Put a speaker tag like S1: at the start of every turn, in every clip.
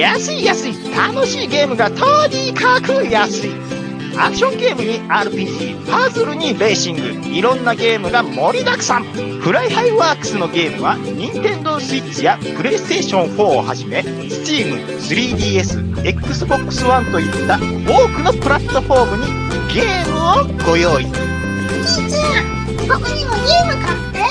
S1: 安い安い楽しいゲームがとにかく安いアクションゲームに RPG パズルにレーシングいろんなゲームが盛りだくさんフライハイワークスのゲームは NintendoSwitch や PlayStation4 をはじめ Steam3DSXbox One といった多くのプラットフォームにゲームをご用意
S2: 兄ちゃん、僕にもゲーム買って。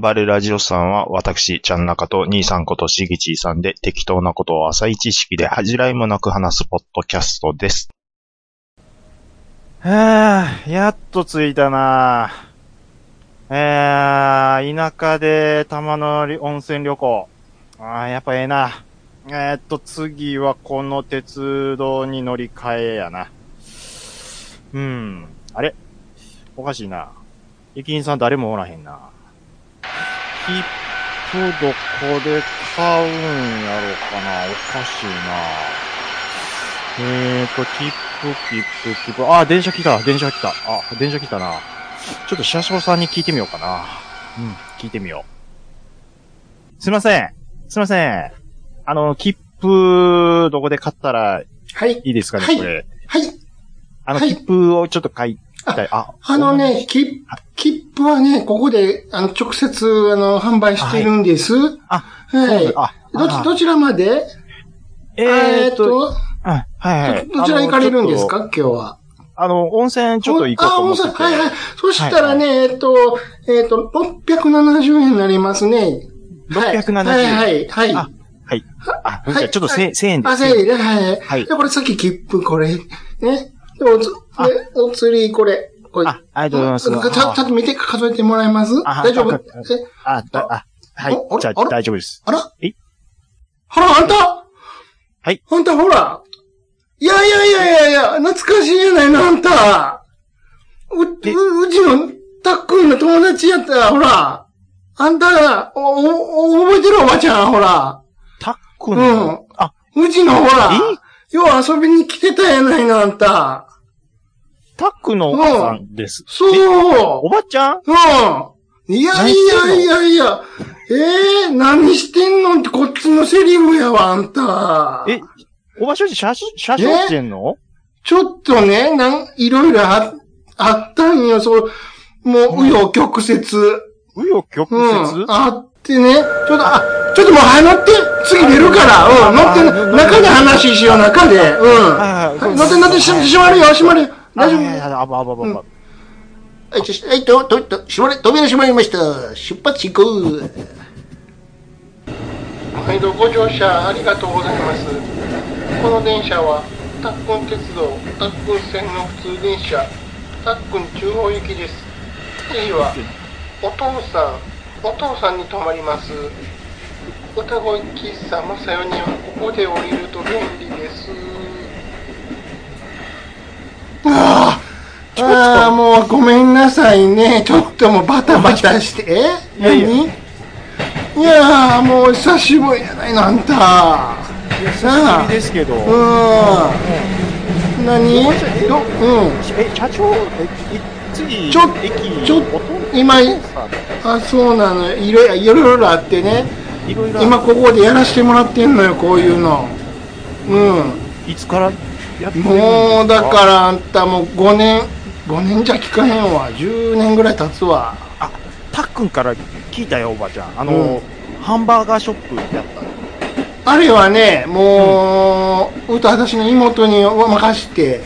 S3: 暴れラジオさんは私、ちゃん中と兄さんことしぎちいさんで適当なことを浅い知識で恥じらいもなく話すポッドキャストです。
S4: はあ、やっと着いたなえー、田舎で玉のり温泉旅行。あーやっぱええな。えー、っと、次はこの鉄道に乗り換えやな。うん。あれおかしいな。駅員さん誰もおらへんな。ヒップどこで買うんやろかな。おかしいな。えーと、切符、切符、切符。あ、電車来た、電車来た。あ、電車来たな。ちょっと車掌さんに聞いてみようかな。うん、聞いてみよう。すいません。すいません。あの、切符、どこで買ったらい
S5: はい。
S4: いですかね、
S5: はい
S4: これ。
S5: はい。
S4: あの、
S5: はい
S4: 切符をちょっと買いたい。あ、
S5: あのね、切切符はね、ここで、あの、直接、あの、販売してるんです。
S4: あ
S5: はい。
S4: そうあ、
S5: ど
S4: あ
S5: ち、どちらまで
S4: え
S5: え
S4: ー
S5: ー
S4: っ
S5: っ
S4: と、
S5: と、
S4: あはいはい。
S5: どちら行かれるんです
S4: あの
S5: か今日は。
S4: あの、温泉ちょっと行こうと思ってて。
S5: あ、温泉。はいはい。そしたらね、えーっと、えーっと、670円になりますね。はい
S4: 670円
S5: はいはい。
S4: あ
S5: はい。
S4: あ、ごめんなさいちょっとせ1000円で
S5: あ、
S4: す。
S5: せいで、はい。
S4: は
S5: はいい。で、これさっき切符、これ。ね。で、おつ、
S4: あ
S5: でお釣り、これ。これ。
S4: あ、ありがとうございます。
S5: ちゃんちゃんと見て、数えてもらえます
S4: あ
S5: 大丈夫
S4: あ
S5: え
S4: あ、だ、あ、は
S5: お
S4: い。
S5: あれ
S4: じゃ
S5: あ
S4: あ、
S5: れ
S4: 大丈夫です。
S5: あら
S4: え
S5: ほら、あんた
S4: はい。
S5: あんたほらいやいやいやいやいや、懐かしいやないの、あんたう、う、
S4: え
S5: うちのたっくんの友達やった、ほらあんたが、お、お、お覚えてるおばちゃん、ほら
S4: たっくんの。あ、
S5: うちのほら
S4: え
S5: よう遊びに来てたやないの、あんた
S4: たっくんのお母さんです。
S5: そう
S4: えおばちゃん
S5: うん。いやいやいやいや。ええ何してんのってこっちのセリフやわ、あんた。
S4: え、おばしょじ、車掌、車掌してんの
S5: ちょっとね、なん、いろいろあ、あったんよ、そう、もう、紆余曲折。
S4: うよ曲
S5: う
S4: 折
S5: ん。あってね、ちょっと、あ、ちょっともう、はい、乗って、次出るから、うん、乗って、中で話しよう、中で、うん。
S4: はいはい
S5: 乗って、乗って、ししまるよ、しまるよ。大丈
S4: あい
S5: 夫
S4: やいやあばあばあばあば。
S5: はい、ちょはい、と、と、と、閉まれ、扉閉まりました。出発行こう。毎度ご乗車ありがとうございます。この電車は、タックン鉄道、タックン線の普通電車、タックン中央行きです。次は、お父さん、お父さんに止まります。歌声喫茶まさよにはここで降りると便利です。ああ、もうごめんなさいね。ちょっともうバタバタして。え
S4: やいや
S5: 何いやーもう久しぶりやないの、あんた。
S4: 久
S5: な
S4: しぶりですけど。
S5: うーん。何どうん。
S4: え、車掌、え、い次、
S5: ちょ
S4: 駅、
S5: ちょ
S4: お父
S5: 今、
S4: さん
S5: あ、そうなの。いろいろいろいろあってね。
S4: いろいろ、
S5: 今ここでやらせてもらってんのよ、こういうの。う
S4: いつからやって
S5: ん。
S4: るんです。
S5: もう、だかららあんたもう5年、5年じゃ聞かへんわ。10年ぐらい経つわ。
S4: あ、たっくんから聞いたよ、おばちゃん。あの
S5: う、
S4: ハンバーガーショップやったの。
S5: あれはね、もう、歌私の妹に任して、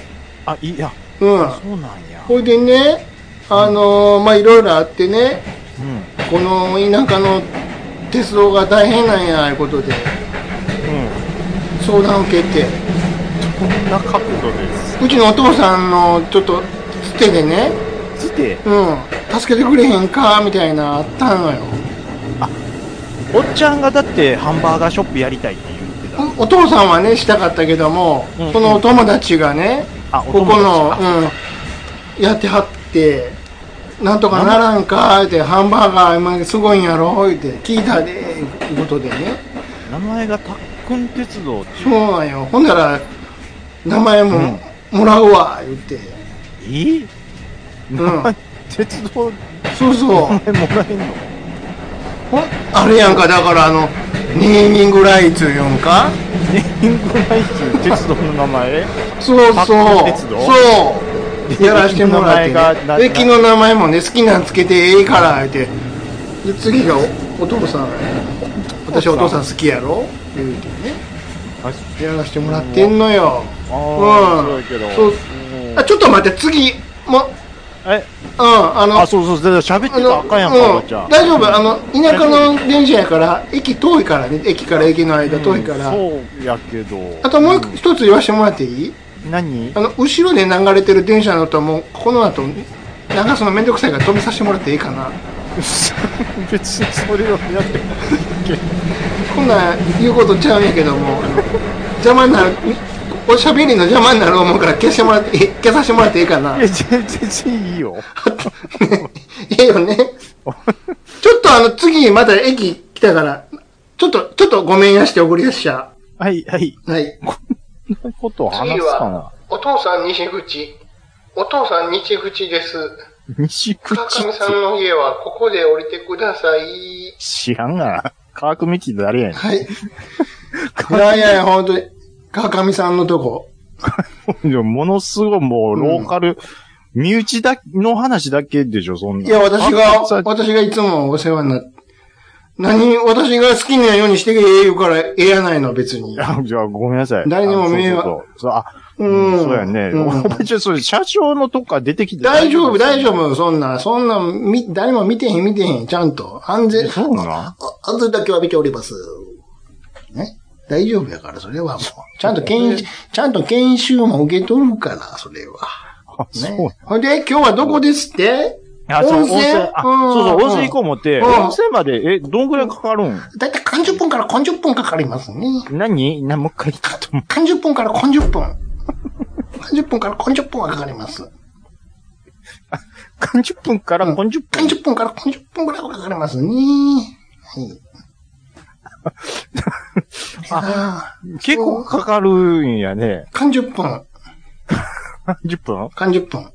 S4: あ、いいや、
S5: う
S4: そ
S5: ん。
S4: うなんや。
S5: ほいでね、あのーまあ、いろいろあってね、
S4: うん。
S5: この田舎の鉄道が大変なんや、いうことで、
S4: う
S5: 相談を受けて、
S4: ん。な角度です。
S5: うちのお父さんのちょっとつてでね、
S4: つて、
S5: うん、助けてくれへんか、みたいなあったのよ。
S4: おっちゃんがだってハンバーガーショップやりたいって言って
S5: おお父さんはね、したかったけども、
S4: うん
S5: そのお友達がね、
S4: た。あ、お
S5: こ
S4: 友
S5: こ
S4: 達
S5: の、
S4: あ
S5: うん、やってはって、なんとかならんか、って、ハンバーガー今すごいんやろ、って聞いたで、いうことでね。
S4: 名前がたっくん鉄道って。
S5: そうなんよ。ほんなら、名前ももらうわ、言って。
S4: えー
S5: うん
S4: 名前鉄道の
S5: そうそう。
S4: 名前もらえんの
S5: ほんあれやんかだからあのネーミングライツいうんか
S4: ネーミングライツ、鉄道の名前
S5: そうそう
S4: 発行鉄道
S5: そう
S4: で
S5: やらしてもらっ
S4: 駅の名前が
S5: て、ね、駅の名前もね好きなんつけてええから言うてで次がおお父さん私お父さん好きやろ言うて
S4: あ
S5: ねやらしてもらってんのよ
S4: あ
S5: う
S4: あ、
S5: ん
S4: 面白いけど。
S5: そう
S4: うん
S5: あちょっと待って次も
S4: え、
S5: うんあの
S4: あ、そうそう、で喋ってた
S5: あ
S4: ら
S5: の
S4: あかんやん
S5: う
S4: か、
S5: ん
S4: じゃあ。
S5: 大丈夫あの田舎の電車やから駅遠いからね駅から駅の間遠いから、
S4: そうやけど。
S5: あともう一つ言わせてもらっていい
S4: 何
S5: あの後ろで流れてる電車の音はもうこの後流すのめんどくさいから止めさせてもらっていいかな
S4: 別にそれをやって
S5: こんなん言うことちゃうんやけどもあの邪魔になるおしゃべりの邪魔になる思うから消してもらっていい消させてもらっていいかな
S4: え、全然いいよ。
S5: いいよねちょっとあの次また駅来たからちょっとちょっとごめんやしておごりやっしゃ
S4: はい、はい。
S5: はい
S4: こんなことを話すか
S5: お父さん西口。お父さん西口です。
S4: な。西口
S5: 川上さんの家はここで降りてください。
S4: 知らんが。川上って誰やねん。
S5: はい。いやいやいや、本当に。川上さんのとこ。
S4: いやものすごいもう、ローカル、身内だ、の話だけでしょ、そんな。
S5: いや、私が
S4: あさ、
S5: 私がいつもお世話になって。何、私が好きなようにしてええ言うからええやないの、別に。
S4: あじゃあ、ごめんなさい。
S5: 誰にも迷惑
S4: あそうそうそうそうあ、
S5: う
S4: うん
S5: ん。
S4: そうやね。
S5: うん
S4: お前ちょ、それ、社長のとこから出てきて。
S5: 大丈夫、大丈。夫、そんな、そんな、み、誰も見てへん、見てへん、ちゃんと。安全、
S4: そうな
S5: あ安全だけは見ております。ね。大丈夫やから、それはもう。ちゃんと研修、ちゃんと研修も受け取るから、それは。
S4: あ、そう
S5: ね。ほんで、今日はどこですって
S4: あ、そう、
S5: 温泉
S4: あ、
S5: うん
S4: そうそう、温泉行こう思って、
S5: うん
S4: 温泉まで、え、どんぐらいかかるん
S5: だいたい30分から40分かかりますね。
S4: 何な、もう一回行ったと思
S5: 30分から40分。30分から40分はかかります。
S4: う。30分から
S5: うん
S4: 50分。
S5: 30分から40分ぐらいはかかりますね。 はい。あ
S4: 結構かかるんやね。
S5: あ、30分、
S4: 30分
S5: 30分。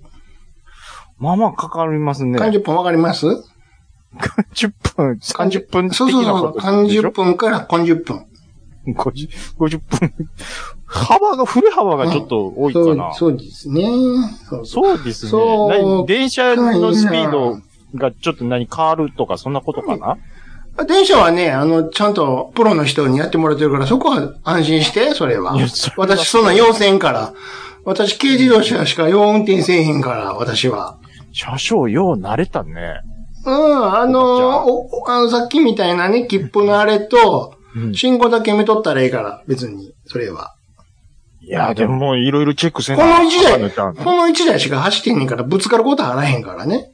S4: まあまあかかりますね。
S5: 30分わかります
S4: 30分、30分的
S5: そうそう
S4: な
S5: そ
S4: こ
S5: う。
S4: とでしょ
S5: 30分から40分。
S4: 50 50分。幅が、振れ幅がちょっと多い
S5: そ
S4: か
S5: う
S4: な。
S5: そうですね。そうそう
S4: そうですね。
S5: そう
S4: 何電車のスピードがちょっと何変わるとか、そんなことかな
S5: 電車はね、あの、ちゃんとプロの人にやってもらってるから、そこは安心して、それはい
S4: やそれ。は
S5: 私、そんな要せんから。私、軽自動車しか用運転せえへんから、私は。
S4: 車掌、よう慣れたね。
S5: うん、あ
S4: じゃあ
S5: の、おおあの、さっきみたいなね、切符のあれと、
S4: うん
S5: 信号だけ見とったらええから、別に、それは。
S4: いや、でも、いろいろチェックせ
S5: こ
S4: な
S5: の
S4: あ
S5: 一
S4: かんの
S5: 台、
S4: ちゃ
S5: こ
S4: うの
S5: の一台しか走ってんねんから、ぶつかることはあらへんからね。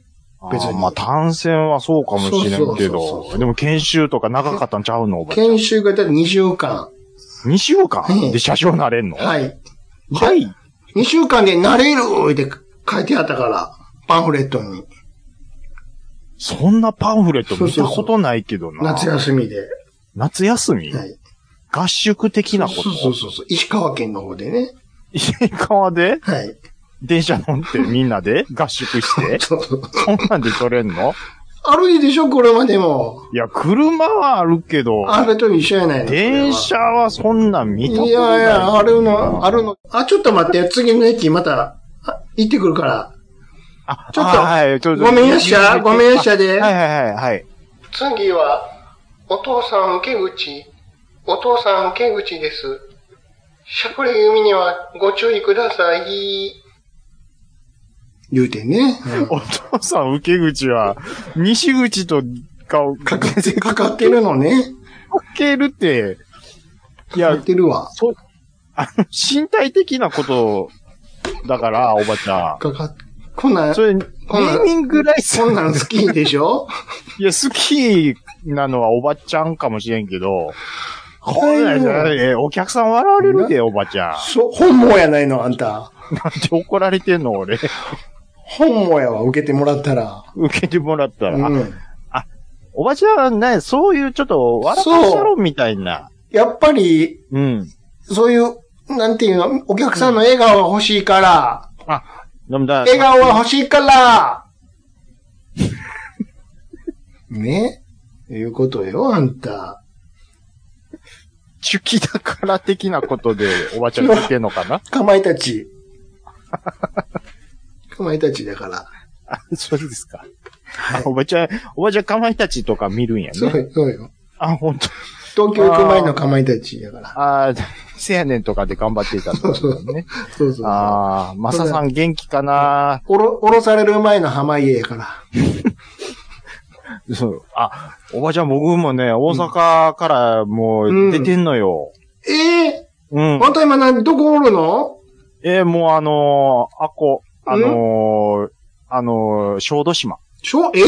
S5: 別に
S4: あーまあ、単線はそうかもしれんけ
S5: そうそうそうそ
S4: ど、
S5: う
S4: でも研修とか長かったんちゃうのおば
S5: 研修がだって2週間。
S4: 2週間
S5: うん
S4: で車掌なれんのい。
S5: はい。
S4: はい。
S5: 2週間で慣れるって書いてあったから、パンフレットに。
S4: そんなパンフレット見たことないけどな。
S5: 夏休みで。
S4: 夏休み
S5: はい。
S4: 合宿的なこと
S5: そうそうそうそう。石川県の方でね。
S4: 石川で
S5: はい。
S4: 電車乗ってみんなで合宿して、
S5: そうそう
S4: そんなんで取れんの
S5: 歩いてでしょ、これまでも。
S4: いや、車はあるけど、
S5: あれと一緒やないの。
S4: 電車はそんなん見
S5: い
S4: たことない。
S5: やいや、あるの、あるの。あ、ちょっと待って、次の駅また、あ行ってくるから。
S4: あ、
S5: ちょっと
S4: あはいちょっと
S5: ごめんやっしゃ、ごめんやっしゃ
S4: あ
S5: で。
S4: はいはいはいはい。
S5: 次は、お父さん受け口。お父さん受け口です。しゃくれ気味にはご注意ください。言うてね。
S4: お父さん受け口は、西口と顔、か
S5: かかって、かかってるのね。
S4: けるって、い
S5: や
S4: や
S5: っ、てるわ。
S4: そう、あの、身体的なこと、だから、おばちゃ
S5: かかっ、こんなん
S4: ん。、それ、ネ
S5: んなん
S4: ーミングライス。
S5: こんなん好きでしょ
S4: いや、好きなのはおばちゃんかもしれんけど、 こんなんじゃないえお客さん笑われるで、おばちゃん。
S5: そ、本望やないの、あんた。
S4: なんで怒られてんの、俺。
S5: 本望やわ、受けてもらったら。
S4: 受けてもらった
S5: う
S4: ら。
S5: ん。
S4: おばちゃんはね、そういうちょっと、笑かしたろみたいな。
S5: やっぱり、
S4: うん。
S5: そういう、なんていうの、お客さんの笑顔が欲しいから、
S4: あ、でもだ
S5: 笑顔 は欲しいから、ねいうことよ、あんた。
S4: チュキだから的なことでおばちゃん言ってんのかな
S5: かまいたち。かまいたちだから。
S4: あ、 そうですか。
S5: はい。
S4: おばちゃん、おばちゃんかまいたちとか見るんや
S5: そ
S4: ね。
S5: うそうよ。
S4: あ、ほんと。
S5: 東京行く前のかまいたちだから。
S4: あーせやねんとかで頑張っていたとかね。
S5: そうそうそう。
S4: ああ、マサさん元気かな
S5: おろ、おろされる前の濱家やから。
S4: そう。あ、おばちゃん僕もね、大阪からもう出てんのよ。
S5: ええ
S4: うん。
S5: あんた今何、どこおるの
S4: えーもうあのー、あこ、あのー、あのー、小豆島。
S5: しょ、ええ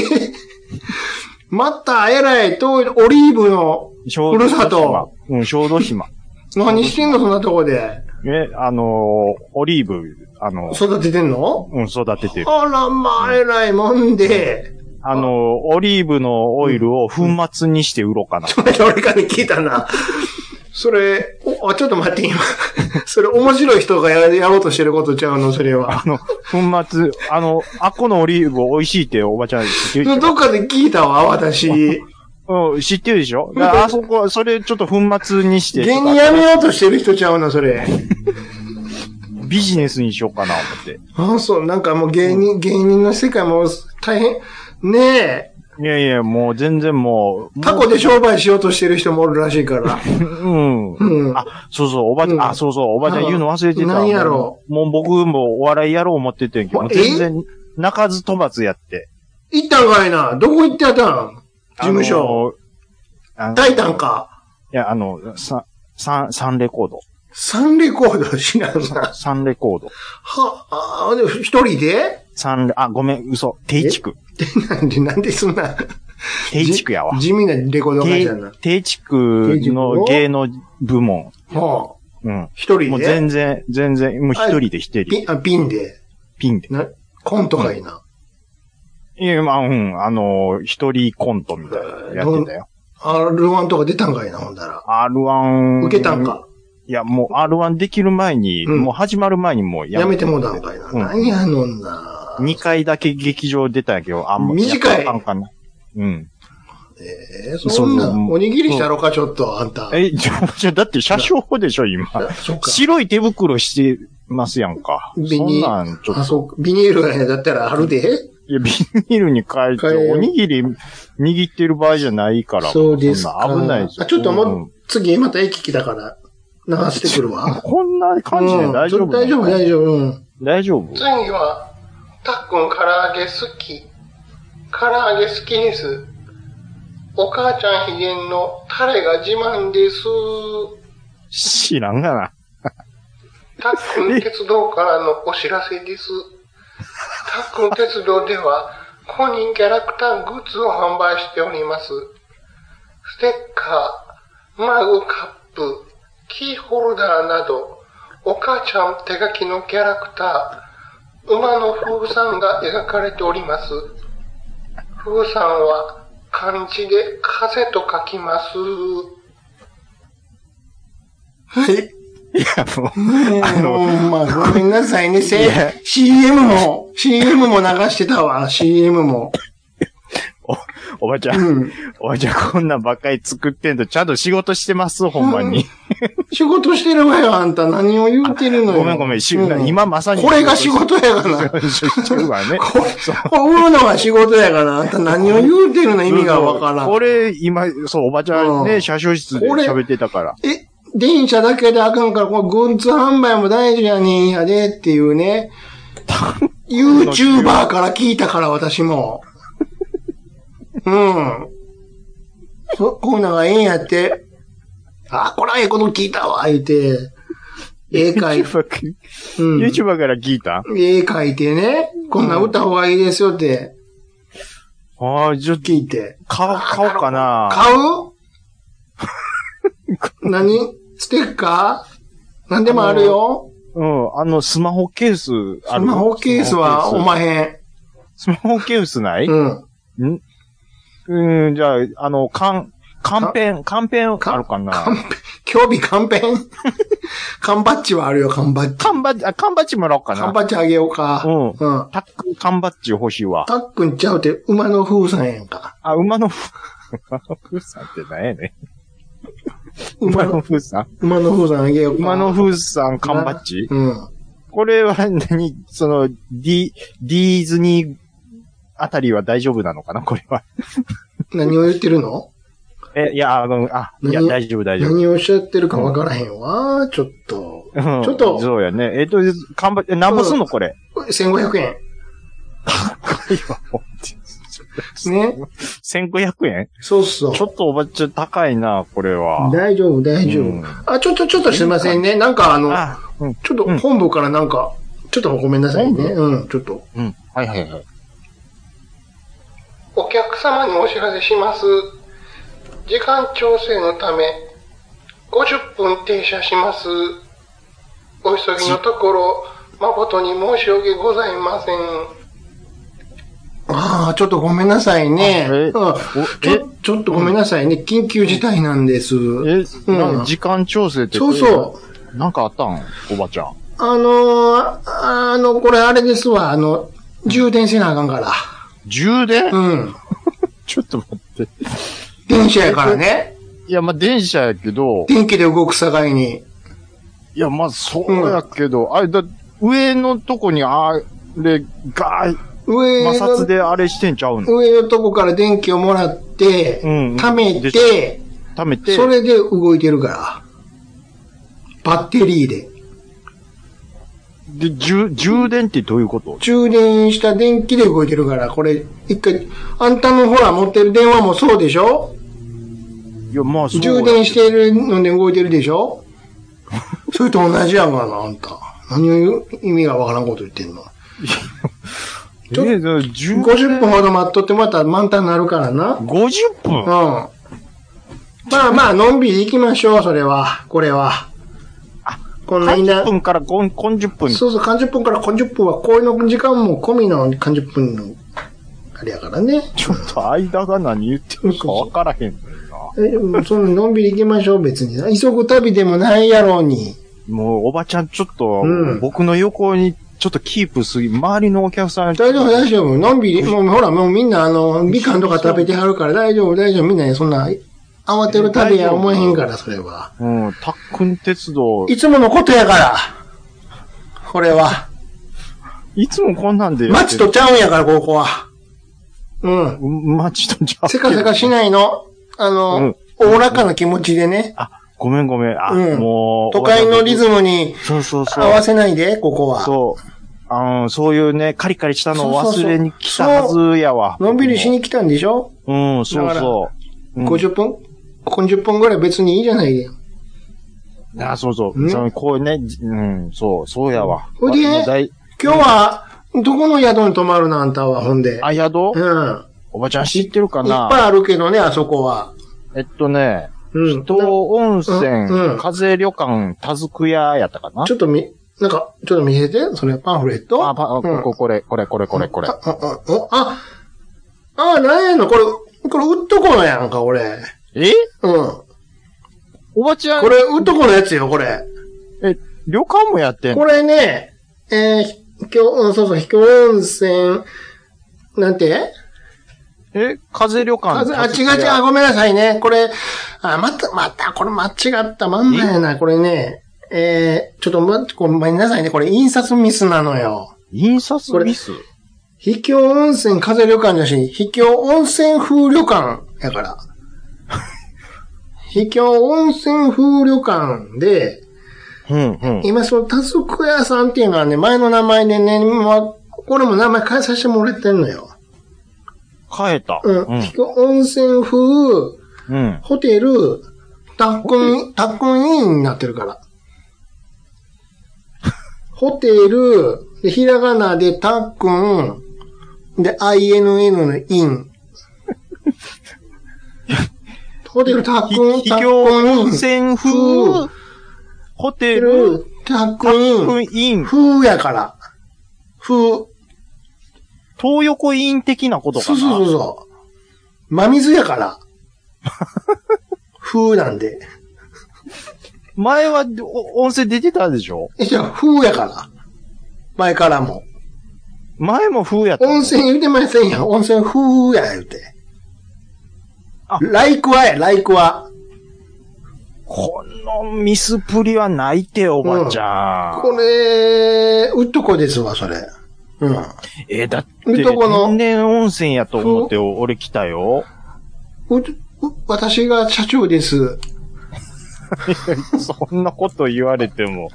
S5: また、えらい、と、オリーブの、
S4: 小
S5: ふ
S4: 豆
S5: る
S4: 島。
S5: さと
S4: うん、小豆島。
S5: 何してんの、そんなとこで。
S4: え、あのー、オリーブ、あのー、
S5: 育ててんの
S4: うん、育ててる。
S5: あら、まあ、えらいもんで。
S4: あのー、オリーブのオイルを粉末にして売ろうかな。
S5: この間俺から聞いたな。それ、お、あ、ちょっと待って、今。 それ、面白い人がややろうとしてることちゃうの、それは。
S4: あの、粉末、あの、あっこのオリーブ美味しいっておばちゃん言ってるでし
S5: どっかで聞いたわ、 私。
S4: ょ。うん、知ってるでしょだからあそこ、それちょっと粉末にして、
S5: 芸人やめようとしてる人ちゃうの、それ。
S4: ビジネスにしようかな、思って。
S5: あ、そう、なんかもう芸人、芸人の世界も大変。ねえ、
S4: いやいや、もう全然もう。
S5: タコで商売しようとしてる人もおるらしいから。
S4: うん。
S5: うん。
S4: あ、そうそう、おばちゃ
S5: うん
S4: ん、あ、そうそう、おばちゃん
S5: うん
S4: 言うの忘れてた。
S5: なんやろ
S4: もうもう僕もお笑いやろう思っててんけど、
S5: え
S4: 全然、泣かず飛ばずやって。
S5: 行ったんかいな。どこ行ってやったん事務所。
S4: あの。
S5: タイタンか。
S4: いや、あの、さ、サン、サンレコード。
S5: サンレコード知らんな。
S4: サンレコード。
S5: は、あ、で一 人で
S4: サンレ、あ、ごめん、嘘。テイチク。
S5: なんで、なんでそんな。
S4: テイチクやわ。
S5: 地味なレコード会
S4: テ
S5: 社な。
S4: イチクの芸能部門。
S5: はあ、
S4: うん。
S5: 一人
S4: もう
S5: で
S4: 全然、全然、もう一人で一人。
S5: ピン、あ、ピンで。
S4: ピンで。
S5: な、コントがいいな。
S4: いや、まあ、うん、あの、一人コントみたいなのやってたよ。
S5: R1 とか出たんかいな、ほんだら。
S4: R1。
S5: 受けたんか。
S4: いや、もう R1 できる前に、
S5: うん
S4: もう始まる前にもう
S5: やめてもうたんかいな。
S4: うん
S5: 何やのんな。
S4: 2回だけ劇場出たんやけど、あんま
S5: 短い
S4: やっぱあかんかな。うん。
S5: えー、そんな
S4: そうそ
S5: ん、
S4: う
S5: おにぎりしたろか、ちょっと、あんた。
S4: え、じゃ、じゃ、だって車掌でしょ、今。
S5: あそっか。
S4: 白い手袋してますやんか。
S5: ビ
S4: そ
S5: ニ
S4: んなん、ちょっ
S5: あ、
S4: と、
S5: そうか、ビニールがね、だったらあるで。
S4: いや、ビニールに変えて、
S5: 変えよう
S4: おにぎり握ってる場合じゃないから。
S5: そうですか。
S4: そんな危ないですよ。
S5: あ、ちょっと
S4: う
S5: も
S4: ん
S5: う、次、また駅来たから、流してくるわ。
S4: こんな感じで大丈
S5: うん
S4: 夫
S5: 大丈夫、大
S4: 夫。
S5: 丈夫。うん。
S4: 大丈夫
S6: 次は、たっくん唐揚げ好き。唐揚げ好きです。お母ちゃん秘伝のタレが自慢です。
S4: 知らんがな。
S6: たっくん鉄道からのお知らせです。たっくん鉄道では、公認キャラクターグッズを販売しております。ステッカー、マグカップ、キーホルダーなど、お母ちゃん手書きのキャラクター、馬の風さんが描かれております。風さんは漢字で風と書きます。
S5: はい。
S4: いや、もう。
S5: あの、まあ、ごめんなさいね、せ
S4: いや
S5: CM も、CM も流してたわ、CM も。
S4: おばちゃん、
S5: うん。
S4: おばちゃんこんなんばっかり作ってんと、ちゃんと仕事してます、ほんまに。
S5: 仕事してるわよ、あんた。何を言ってるのよ。
S4: ごめんごめん、し
S5: う
S4: 今まさに。
S5: これが仕事 やがな。こ
S4: してるわね。
S5: れ、売るのは仕事やがな。あんた何を言うてるの意味がわからん。
S4: これ、今、そう、おばちゃん
S5: う
S4: ね、
S5: ん
S4: 車掌室で
S5: これ
S4: 喋ってたから。
S5: え、電車だけであかんから、これグッズ販売も大事やねんやでっていうね。YouTuber から聞いたから、私も。うん。そ、こういうのがええんやって。あ、こらええこと聞いたわ、言うて。絵描いて。
S4: YouTuber
S5: うん。
S4: YouTuber から聞いた
S5: 絵描いてね。こんな歌方がいいですよって
S4: ああ、ちょっと、
S5: 聞いて。
S4: 買おう、買おうかな。
S5: 買う何ステッカー何でもあるよ。
S4: うん、あの、スマホケースあ
S5: ス
S4: る。
S5: マホケースはおまへん。
S4: スマホケースない
S5: うん。
S4: うん、じゃあ、あの、缶、缶ペン、缶ペンあるかな。
S5: 興味カン ペンカンパッチはあるよ、カンパッチ。
S4: 缶バッジ、あ、缶バッジもらおうか
S5: カン
S4: な。
S5: パッチあげようか。
S4: うん
S5: うん。
S4: タック、缶バッジ欲しいわ。
S5: たっくんちゃうて、馬の風さんやんか。
S4: あ、馬のふ、馬の風さんって何やねん。馬
S5: 馬
S4: の
S5: の、
S4: 風さん
S5: 馬の風さんあげようか。
S4: 馬の風さん缶バッジ
S5: うん。
S4: これは何その、ディ、ディーズニーあたりは大丈夫なのかなこれは。
S5: 何を言ってるの
S4: え、いや、あの、あ、いや、
S5: 何
S4: 大丈夫、大丈夫。
S5: 何をおっしゃってるかわからへんわ。ちょっと。
S4: うん
S5: ちょっと
S4: そうやね。えっと、缶バッジ、えなんぼすんのこれ。
S5: これ1500円。ね。
S4: 1500円
S5: そうそう
S4: ち。ょっとおばちゃん高いな、これは。
S5: 大丈夫、大丈夫。
S4: うん
S5: あ、ちょ、ちょ、ちょっとすいませんね。なんかあの、
S4: あ、うん、
S5: ちょっと本部からなんか、ちょっとごめんなさいね。うん、ちょっと。
S4: うん。はいはいはい。
S7: お客様にお知らせします。時間調整のため、50分停車します。お急ぎのところ、誠に申し訳ございません。
S5: ああ、ちょっとごめんなさいね。
S4: あえ
S5: うんちょ
S4: え
S5: ちょっとごめんなさいね。緊急事態なんです。
S4: え、なんか時間調整って。
S5: そうそう
S4: なんかあったんおばちゃん。
S5: あのー、あの、これあれですわ。あの、充電せなあかんから。
S4: 充電、
S5: うん。
S4: ちょっと待って。
S5: 電車やからね。
S4: いや、まあ、電車やけど、
S5: 電気で動く境に。
S4: いや、まあ、そうやけど、あれだ、上のとこにあれ、ガー、
S5: 上
S4: 摩擦
S5: の、
S4: であれしてんちゃうの
S5: 上のとこから電気をもらって、
S4: うん
S5: 溜めて、
S4: 溜めて、
S5: それで動いてるから。バッテリーで。
S4: で、充、充電ってどういうこと
S5: 充電した電気で動いてるから、これ、一回、あんたのほら持ってる電話もそうでしょ
S4: いや、まあ、そうや
S5: 充電してるので動いてるで しょそれと同じやんかな、あんた。何を意味がわからんこと言ってんの。
S4: えー、だから充
S5: 50分ほど待っとってまた満タンになるからな。うん。
S4: 50分
S5: まあまあ、のんびり行きましょう、それは。これは。この稲
S4: ?30 分から50 50分。
S5: そうそう、30分から50分は、こういうの時間も込みの30分の、あれやからね。
S4: ちょっと間が何言ってるかわからへんのよな。
S5: え、うんそののんびり行きましょう、別に。急ぐ旅でもないやろうに。
S4: もう、おばちゃん、ちょっと
S5: う、ん
S4: 僕の横に、ちょっとキープすぎ、周りのお客さん、
S5: 大丈夫、大丈夫。のんびり、もうほら、もうみんな、あの、みかんとか食べてはるから、大丈夫、大丈夫。みんなね、そんな、慌てる旅や思えへんから、それは。
S4: うん、たっくん鉄道、い
S5: いつものことやから。これは。
S4: つもこんなんでやって
S5: 街
S4: る、
S5: とちゃうんやから、ここは。うん。
S4: うん街とちゃうけ
S5: せ
S4: ど
S5: かせかしないの。あの、おおらかな気持ちでね。
S4: あ、ごめんごめん、あ、
S5: うん
S4: もう、
S5: 都会のリズムに
S4: そうそうそ
S5: 合わ
S4: う。
S5: せないで、ここは。
S4: そう。あの、そういうね、カリカリしたのを
S5: そうそう
S4: 忘
S5: そう
S4: れに来たはずやわ。
S5: のんびりしに来たんでしょ
S4: うん、そうそう。うん
S5: 50分、50分ぐらい別にいいじゃないよ。
S4: あ、そうそうう。
S5: ん
S4: そのこうね、じうん、そう、そうやわ。
S5: ほいで
S4: もうだい
S5: 今日は、どこの宿に泊まるのあんたは、ほんで。
S4: あ、宿
S5: うん。
S4: おばちゃん知ってるか
S5: いっ
S4: な
S5: ぱいあるけどね、あそこは。
S4: えっとね、
S5: うん。
S4: 東温泉、
S5: うんうん
S4: 風旅館、田づく屋やったかな
S5: ちょっとみ、なんか、ちょっと見せて、それパンフレット。
S4: あ、パ、
S5: うん
S4: こ、これ、これ、これ、これ、これ。
S5: あ、あ、あ、あ、あ、なんやのこれ、これ売っとこのやんか、これ。
S4: え
S5: うん。
S4: おばちゃん
S5: こ、れ、売っとこのやつよ、これ。
S4: え、旅館もやってんの
S5: これね、えー、秘境、うん、そうそう、秘境温泉、なんて
S4: え、風旅
S5: あ、
S4: 館。
S5: あ違う違う、あごめんなさいね。これ、あ、また、また、これ間違ったまんまやな、これね。えー、ちょっとま、ごめんなさいね。これ印刷ミスなのよ。
S4: 印刷ミス
S5: 秘境温泉風旅館だし、秘境温泉風旅館やから。秘境温泉風旅館で、
S4: うん、うん。
S5: 今その田ク屋さんっていうのはね、前の名前でね、まあ、これも名前変えさせてもらってんのよ。
S4: 変えた。
S5: うん。秘境温泉風、
S4: うん。
S5: ホテル、タックン、タックンインになってるから。ホテル、で、ひらがなでタックン、で、INN のイ ン。ホテルタッ
S4: ひ
S5: クン、
S4: 秘
S5: タッ
S4: 境
S5: クンイ
S4: 温
S5: ン。ホ
S4: 泉風
S5: う、
S4: ホ
S5: テ
S4: テル、
S5: ル、タッ
S4: タ
S5: ク
S4: ック
S5: ンイン。
S4: ンイン、
S5: 風やから。風。
S4: 東横イン的なことか
S5: そうそう
S4: な。
S5: そうそう。真水や から。風なんで。
S4: 前はお温泉出てたでしょ
S5: え、じゃあ風やから。前からも。
S4: 前も風やったの。
S5: 温泉言うてませんやん。温泉風や言うて。ライクワや、ライクワ。
S4: このミスプリはないて、おばちゃん。
S5: これ、うっとこですわ、それ。うん。
S4: えー、だって、
S5: 水戸この
S4: 天然温泉やと思って、俺来たよ。
S5: うう私が社長です。
S4: そんなこと言われても。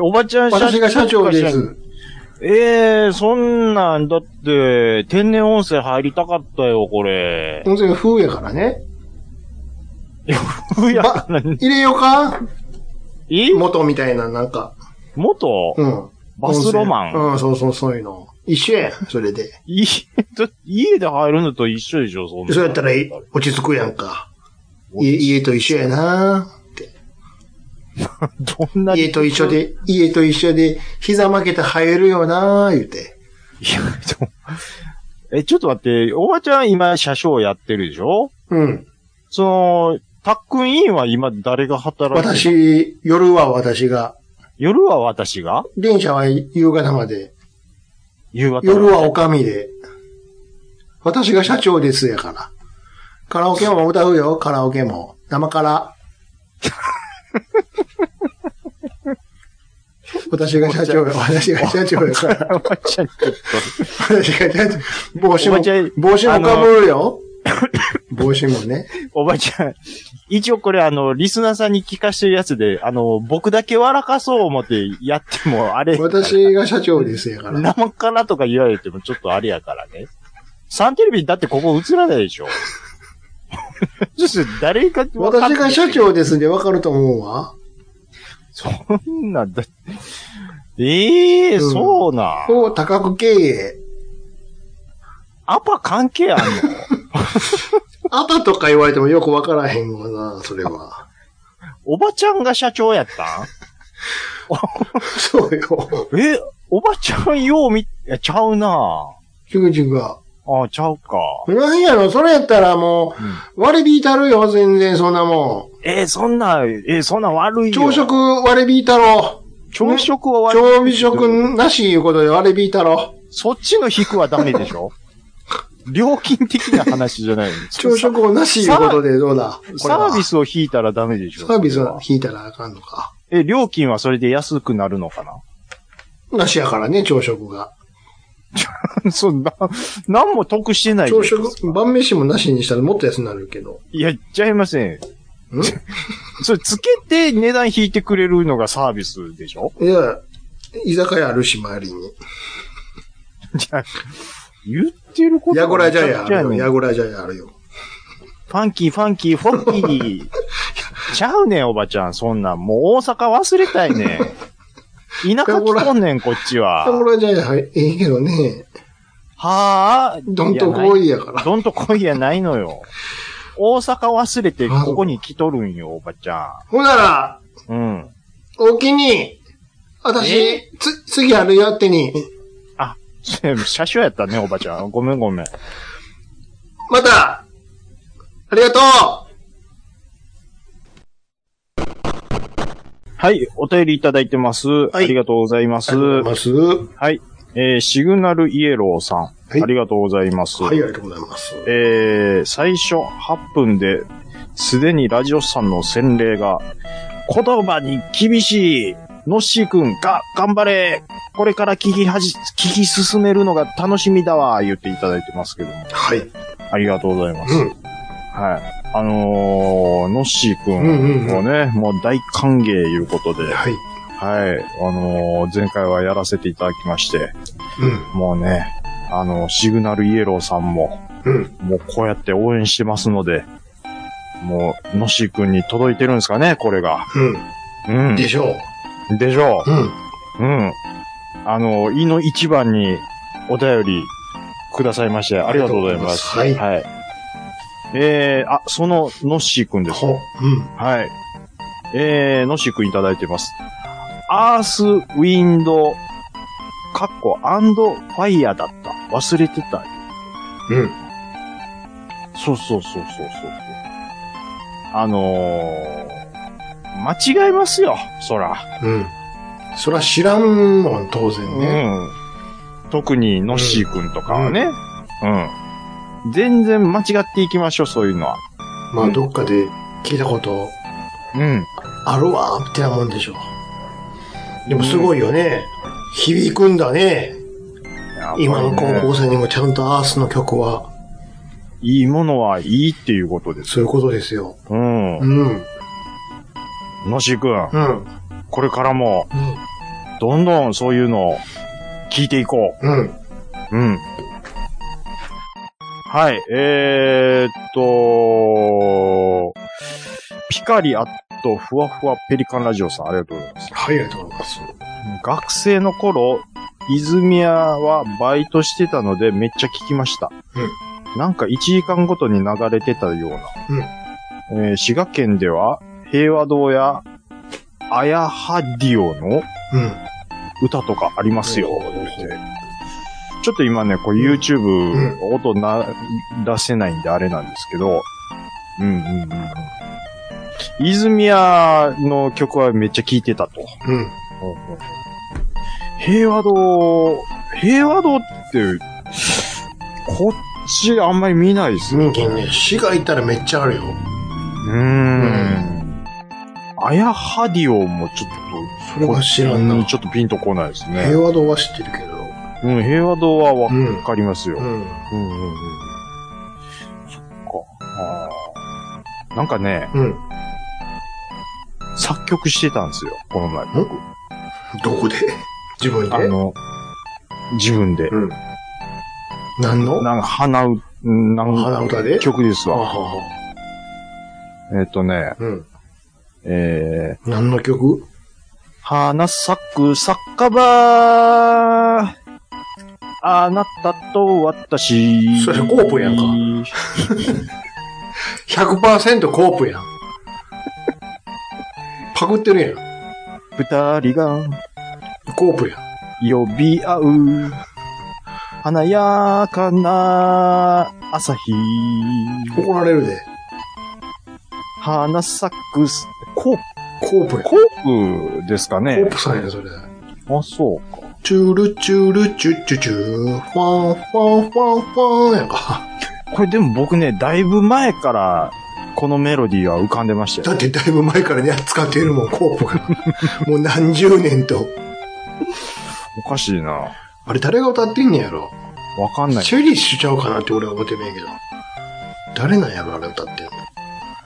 S4: おばちゃん
S5: 私が社長で。す。
S4: ええー、そんなん、だって、天然温泉入りたかったよ、これ。
S5: 温泉風やからね。
S4: いや、
S5: ば
S4: 何
S5: 入れようか
S4: え
S5: 元みたいな、なんか。
S4: 元、
S5: うん。
S4: バスロマン
S5: 温泉うん、そうそう、そういうの。一緒やん、それで。
S4: いだ 家で入るのと一緒でしょ、そんな。
S5: そうやったらい落ち着くやんか。家家と一緒やなって。
S4: どんなに
S5: 家と一緒。で、家と一緒で、膝曲げて入るよな言うて。
S4: いや、ちょ、え、ちょっと待って、おばちゃん今、車掌やってるでしょ
S5: うん。
S4: その、タックンインは今誰が働いてる
S5: 私、夜は私が、
S4: 夜は私が
S5: 電車は夕方まで、
S4: 夕方。
S5: 夜はおかみで、私が社長ですやから。カラオケも歌うよ、カラオケも。生 カラ。私が社長や、私が社長やか ら。
S4: おばちゃん、ちょっと。
S5: 私が社長帽子も
S4: おばちゃん、
S5: 帽子もかぶるよ。帽子もね。
S4: おばちゃん、一応これあの、リスナーさんに聞かしてるやつで、あの、僕だけ笑かそう思ってやっても、あれ、
S5: 私が社長ですやから。
S4: 生からとか言われてもちょっとあれやからね。サンテレビだってここ映らないで しょ。ちょっと誰か分かん
S5: 私
S4: ない
S5: が社。長ですでわかると思うわ。
S4: そんなんだ。ええ
S5: うん
S4: そうな。
S5: こう、多角経営。
S4: アパ関係あんの
S5: アパとか言われてもよくわからへんわな、それは。
S4: おばちゃんが社長やったん
S5: そうよ。
S4: え、おばちゃんよう見、いやちゃうな
S5: ちぐちぐが。
S4: ああ、ちゃうか。
S5: なんやろ、それやったらもう、割り引いたるよ、全然、そんなも
S4: えーそんな、えーそんな悪い
S5: ん。
S4: よ。
S5: 朝食割り引いたろ。
S4: 朝食は悪い。
S5: 朝食なしいうことで割り引いたろ。
S4: そっちの引くはダメでし ょ料金的な話じゃないの。
S5: 朝食をなしいうことでどうだこれ
S4: サ
S5: は
S4: ービスを引いたらダメでしょ
S5: サービス
S4: それ
S5: は
S4: は
S5: 引いたらあかんのか。
S4: え、料金はそれで安くな るのか
S5: なしやからね、朝食が。
S4: なそんな、何も得してないじゃ
S5: 朝
S4: ないですか。
S5: 食、晩飯もなしにしたらもっと安になるけど。
S4: いや、ちゃいません。 それ、つけて値段引いてくれるのがサービスでしょ
S5: いや、居酒屋あるし、周りに。
S4: じゃあ言ってること
S5: ヤゴラジャ
S4: めち
S5: ヤ
S4: ゃ
S5: あ
S4: くちゃ
S5: る
S4: や
S5: よ。
S4: ねん
S5: ヤゴラジャヤあるよ。
S4: ファンキー、ファンキー、フォッキー。 ちゃうねん、おばちゃん。そんなん。もう大阪忘れたいねん。田舎来とんねん、こっちは
S5: ヤ。ゴラジャヤはええけどね、
S4: はあ。
S5: どんとこ
S4: い
S5: いやから。
S4: どんとこいやないのよ。大阪忘れてここに来とるんよ、おばちゃ
S5: ほんなら、
S4: ん。うん。
S5: おおきに、私
S4: え、
S5: つ、次あるよってに、
S4: せ車掌やったね、おばちゃん。ごめんごめん。
S5: また、ありがと
S4: はい、お便りいただいてます。
S5: い
S4: ありがとうございます。
S5: うます。は
S4: はい。えー、シグナルイエローさん。
S5: い
S4: ありがとうございます。
S5: い、ありがとうございます。
S4: えー最初8分で、すでにラジオさんの洗礼が、言葉に厳しい、のっしーくんが、頑張れこれから聞きはじ、聞き進めるのが楽しみだわ言っていただいてますけども、
S5: はい。
S4: ありがとうございます。
S5: うん
S4: はい。あのー、のっしーく
S5: うん
S4: ん
S5: うん
S4: もね、もう大歓迎いうことで、
S5: はい。
S4: はい。あのー前回はやらせていただきまして、
S5: うん。
S4: もうね、あの、シグナルイエローさんも、
S5: うん。
S4: もうこうやって応援してますので、もう、のっしーくんに届いてるんですかね、これが。う。
S5: うんん。でしょ
S4: でしょ
S5: う。うん。
S4: う。うん。あの、いの一番にお便りくださいまして、ありがとうございます。
S5: ありがとうございま
S4: はい。えー、あ、その、のっしーくんです。
S5: ほ、うん。
S4: はい。えー、のっしーくんいただいてます。アース、ウィンド、カッコ、アンド、ファイヤーだった。忘れてた。
S5: うん。
S4: そうそうそうそうそうそう。あのー、間違いますよ、そら。
S5: うん。そら知らんもん、当然
S4: う
S5: ね。
S4: ん。特に、のっしーくんとかはね。うん。全然間違っていきましょう、そういうのは。
S5: まあ、どっかで聞いたこと
S4: うん。
S5: あるわ、ってなもんでしょう。でもすごいよね。響くんだね。今の高校生にもちゃんとアースの曲は、
S4: いいものはいいっていうことです。
S5: そういうことですよ。
S4: うん。
S5: うん。
S4: のしーくん、
S5: うん。
S4: これからも、どんどんそういうのを聞いていこ
S5: うん。
S4: う。うん。はい、えー、っと、ピカリアットふわふわペリカンラジオさん、ありがとうございます。
S5: はい、ありがとうございます。
S4: 学生の頃、泉屋はバイトしてたのでめっちゃ聞きました。なんか1時間ごとに流れてたような。えー滋賀県では平和堂やアヤハディオの
S5: うん。
S4: 歌とかありますよ。
S5: うん
S4: 言うてちょっと今ね、こう YouTube、音な、出せないんであれなんですけど、うんうんうんうん。泉屋の曲はめっちゃ聴いてたと。
S5: うん。
S4: 平和堂、平和堂って、こっちあんまり見ないですね。
S5: 人間ね、市が行ったらめっちゃあるよ。
S4: うーん。あやはディオもちょっ
S5: そ
S4: と、
S5: れは知らん
S4: こっ
S5: な
S4: ち。ちょっとピンとこないですね
S5: 平。和堂は知ってるけど。
S4: うん、平和堂はわかりますよ。
S5: うん。
S4: うんうんうん。そっか。あーなんかね、
S5: うん。
S4: 作曲してたんですよ、この前僕。
S5: どこで自分で
S4: あの、自分で。
S5: うん。何の
S4: なんか鼻う、なんか
S5: 鼻歌で
S4: 曲です
S5: あは
S4: わ。
S5: は
S4: えっ、とね、
S5: うん。
S4: えー、
S5: 何の曲
S4: 花咲く酒場あなたと私。
S5: それコープやんか ?100% コープやん。パクってるや
S4: 二人が
S5: ん。コープやん。
S4: 呼び合う。華やかな朝日。
S5: 怒られるで。
S4: 花咲くす、コー
S5: コープや
S4: プ、
S5: ん。コ
S4: コープですかね
S5: ープさんやん、それ。
S4: あ、そうか。
S5: チュルチュルチュチュチュ、ファンファンファンファンやんか。
S4: これでも僕ね、だいぶ前から、このメロディーは浮かんでましたよ。
S5: だってだいぶ前からね、使っているもん、コー プが。もう何十年と。
S4: おかしいな。わ
S5: あれ誰が歌ってんねやろ
S4: かんない。
S5: チェリッシュちゃうかなって俺は思ってんねんけど。誰なんやろあれ歌ってんの。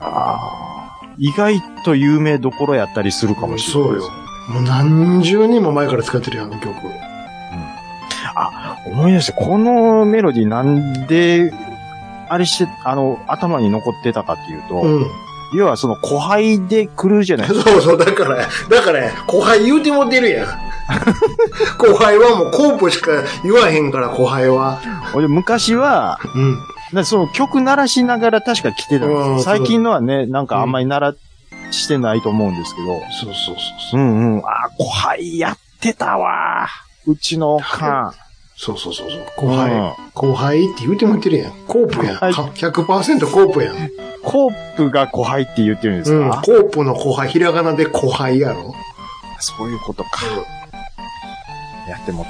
S4: あー意外と有名どころやったりするかもしれない。
S5: そうよ。。もう何十年も前から使ってるやん、あの曲。
S4: 思い出して、このメロディーなんで、あれして、あの、頭に残ってたかっていうと、
S5: うん。
S4: 要はその、後輩で来るじゃないですか。
S5: そうそう、だからや、だからや、後輩言うてもってる やん。後輩はもうコープしか言わへんから、後輩は。
S4: 俺昔は、
S5: うん。
S4: だその曲鳴らしながら確か来てたんです
S5: う
S4: よ。
S5: ん
S4: 最近のはね、なんかあんまり鳴らしてないと思うんですけど。
S5: そうそうそう
S4: う
S5: そう。
S4: んうん。あー、後輩やってたわー。うちのおかん。
S5: そうそうそうそう。後輩、
S4: うん
S5: 後輩って言うてもってるやん。コープやん。
S4: はい
S5: か100%コープやん。
S4: コープが後輩って言ってるんです
S5: うん。
S4: か、
S5: コープの後輩、ひらがなで後輩やろ。
S4: そういうことか。やってもう